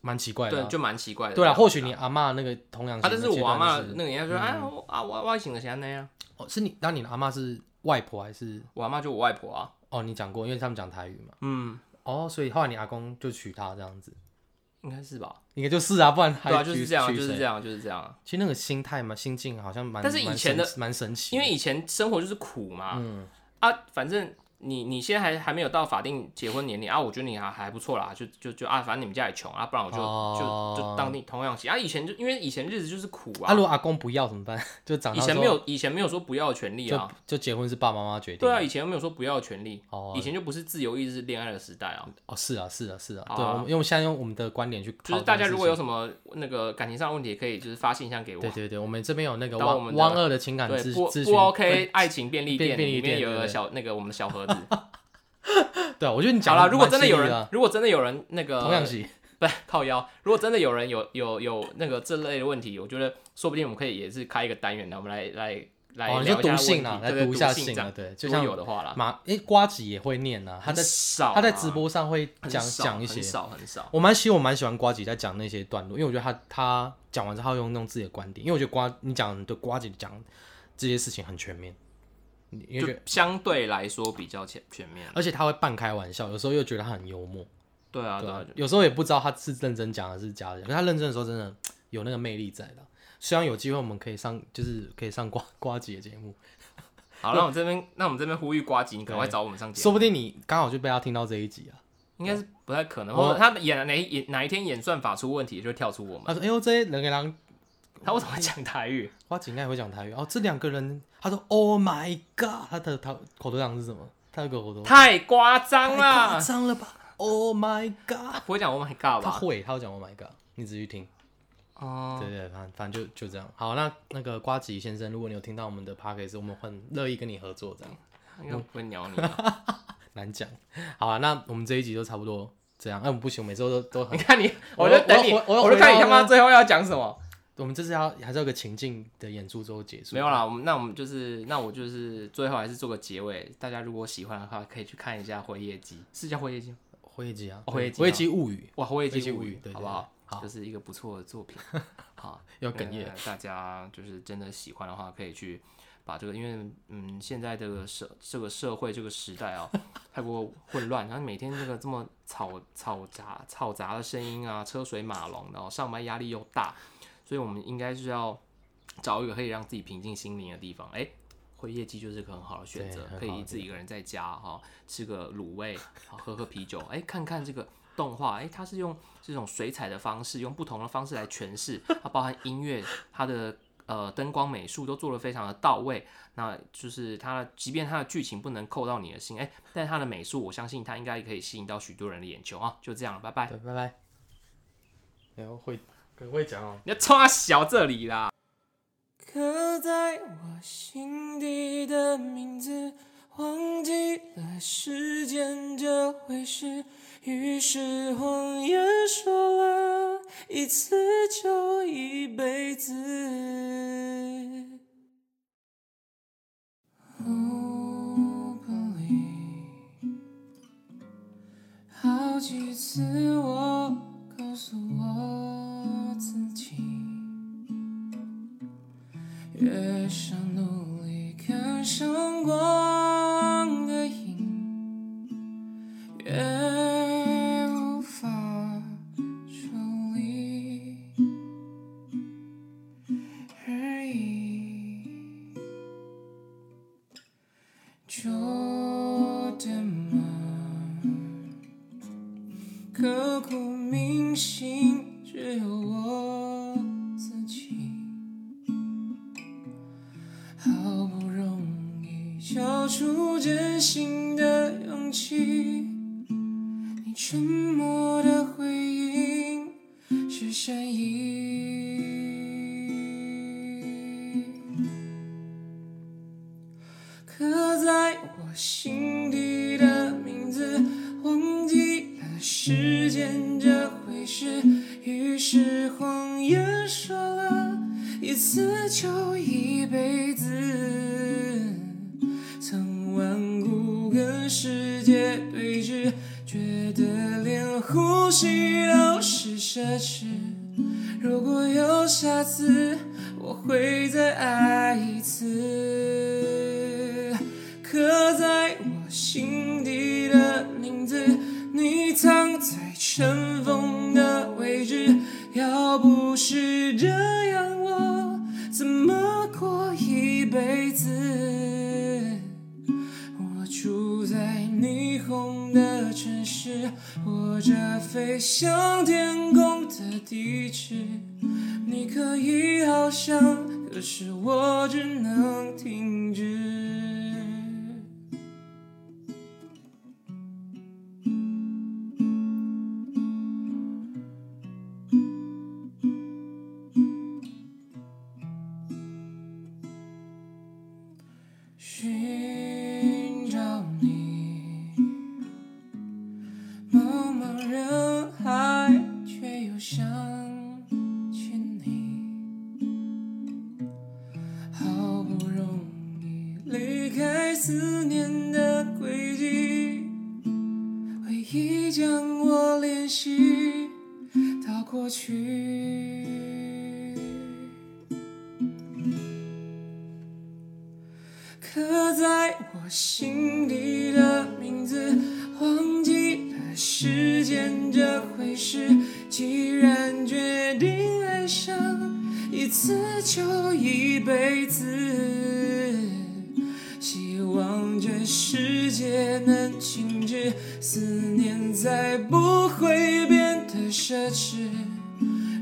蛮奇怪的
对，
啊，
就蛮奇怪的。
对啊，或许你阿嬷那个童养媳
啊，但
那
是
阶段就是嗯
我阿妈那个人家说，哎，我啊，我我醒了先那样，
哦，是你，那你的阿嬷是外婆还是？
我阿妈就我外婆啊，
哦，你讲过，因为他们讲台语嘛。
嗯，
哦，所以后来你阿公就娶她这样子，
应该是吧？
应该就是啊，不然还
对啊，就是
娶
这样，
娶
就是
谁
这样，就是这样啊。
其实那个心态嘛，心境好像蛮，
但是以
蛮
前
神
的
蛮神奇，
因为以前生活就是苦嘛，
嗯
啊，反正你你现在还还没有到法定结婚年龄啊，我觉得你还还不错啦，就就就啊，反正你们家也穷啊，不然我就、
哦
就就当地同样媳啊，以前就因为以前日子就是苦
啊，
啊，
如果阿公不要怎么办？ 就长大
以前
之
没
后
有以前没有说不要的权利
就
啊，
就结婚是爸爸妈妈决定，
对啊，，以前又没有说不要的权利，
哦
以前就不是自由意志恋爱的时代啊，
哦是啊是啊是啊，
啊
对，我们用现在用我们的观点去，
就是大家如果有。什么那个感情上的问题，也可以就是发信箱给我
对。对对，我们这边有那个
到我
汪
们的
汪二的情感咨
对，不
咨询
不 OK，爱情便利
便
店
便利
里面
店
有
对
个
对
小那个我们的小盒子。
对，我觉得你
好
讲
啦，
了，
如果真的有
蛮犀利啊
人，呃如果真的有人那个
童养媳，
不靠腰。如果真的有人有有有那个这类的问题，我觉得说不定我们可以也是开一个单元，然后我们来来来聊
哦，你
一下
就
问题、
读信啦，来
对对
读一
读
下
信
信
这
啊，
样，
对，就
如果
像
有的话啦，
马诶瓜子也会念啊，他在
很少啊、
他在直播上会
很
讲
少
讲一
很
些，
少很少，
我蛮喜我蛮喜欢瓜姐在讲那些段落，因为我觉得他他讲完之后用那种自己的观点，因为我觉得瓜你讲对瓜姐讲这些事情很全面，你因为
就
觉得
相对来说比较全全面。
而且他会半开玩笑，有时候又觉得他很幽默，
对啊，
对
对
啊
啊，，
有时候也不知道他是认真讲还是假的，可是他认真的时候真的有那个魅力在的。希望有机会我们可以上，就是可以上瓜瓜姐的节目，
好，那我们这边那我们这边呼吁瓜吉，你赶快找我们上节
说
目，
不定你刚好就被他听到这一集啊。
应该是不太可能。
我
或者他们演哪一演哪一天演算法出问题，就会跳出我们。
他说：“哎呦，这些人给人
他为什么会讲台 语？
花井爱会讲台语哦，这两个人，他说 Oh my God，他的他口头禅是什么？他有个口头禅
太夸张
太夸
了，
张了吧？Oh my God，
不会讲 Oh my God 吧？
他会，他会讲 Oh my God，你仔细听。
哦，
对对，反正反正就就这样。好，那那个瓜吉先生，如果你有听到我们的 p o d c a s t 我们很乐意跟你合作，这样
应该不会鸟你啊。
难讲。好啊，那我们这一集就差不多这样。哎、不行，我每周都都
你
很，
看你，
我
我
又
就等你，
我
我
又我又
就看你
回到
他妈最后要讲什么。
我们这次要还是要有个情境的演出之后结束。
没有啦，我们那我们就是，那我就是最后还是做个结尾。大家如果喜欢的话，可以去看一下《辉夜姬》，是叫《辉夜姬》吗？
灰机啊，
哦灰机啊
灰机物语，
哇，《辉夜姬
辉夜姬
物
物语
语
对》对
好不好？
对好
就是一个不错的作品。好，
要哽咽
那。大家就是真的喜欢的话，可以去把这个，因为嗯，现在这个社这个社会这个时代啊，太过混乱，然后每天这个这么吵吵杂吵杂的声音啊，车水马龙的、哦，上班压力又大，所以我们应该是要找一个可以让自己平静心灵的地方。哎。会业绩就是个很好的选择
对很好，
可以自己一个人在家哈、吃个卤味，好喝喝啤酒，哎，看看这个动画，哎，它是用这种水彩的方式，用不同的方式来诠释，它包含音乐，它的呃灯光美术都做得非常的到位。那就是它的，即便它的剧情不能扣到你的心，哎、但是它的美术，我相信它应该可以吸引到许多人的眼球啊。就这样了，拜拜。
对，拜拜。然后会很会讲哦。
你要冲他小这里啦。刻在我心底的名字，忘记了时间这回事，于是谎言说了一次就一辈子。
不 believe，好几次我告诉我自己，越想努力看上光的影，越无法抽离而已。就这么刻骨铭心，只有我自己。好不容易交出真心的勇气，你沉默的回应是善意。时间这回事，于是谎言说了一次就一辈子。曾顽固跟世界对峙，觉得连呼吸都是奢侈。如果有下次，我会再爱一次。刻在我心底的名字，你藏在尘封的位置。要不是这样，我怎么过一辈子？我住在霓虹的城市，或者飞向天空的地址。你可以翱翔，可是我只能停止。寻找你，茫茫人海，却又想起你。好不容易离开思念的轨迹，回忆将我联系到过去。刻在我心底的名字，忘记了时间这回事。既然决定爱上一次，就一辈子。希望这世界能静止，思念再不会变得奢侈。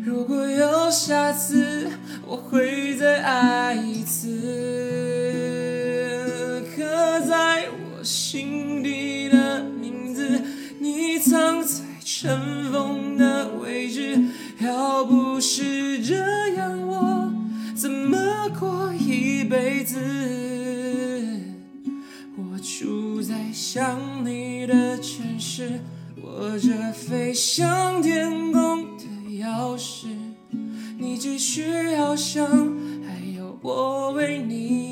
如果有下次，我会再爱一次。刻在我心底的名字，你藏在尘封的位置。要不是这样，我怎么过一辈子？我住在想你的城市，握着飞向天空的钥匙。你只需要想，还有我为你。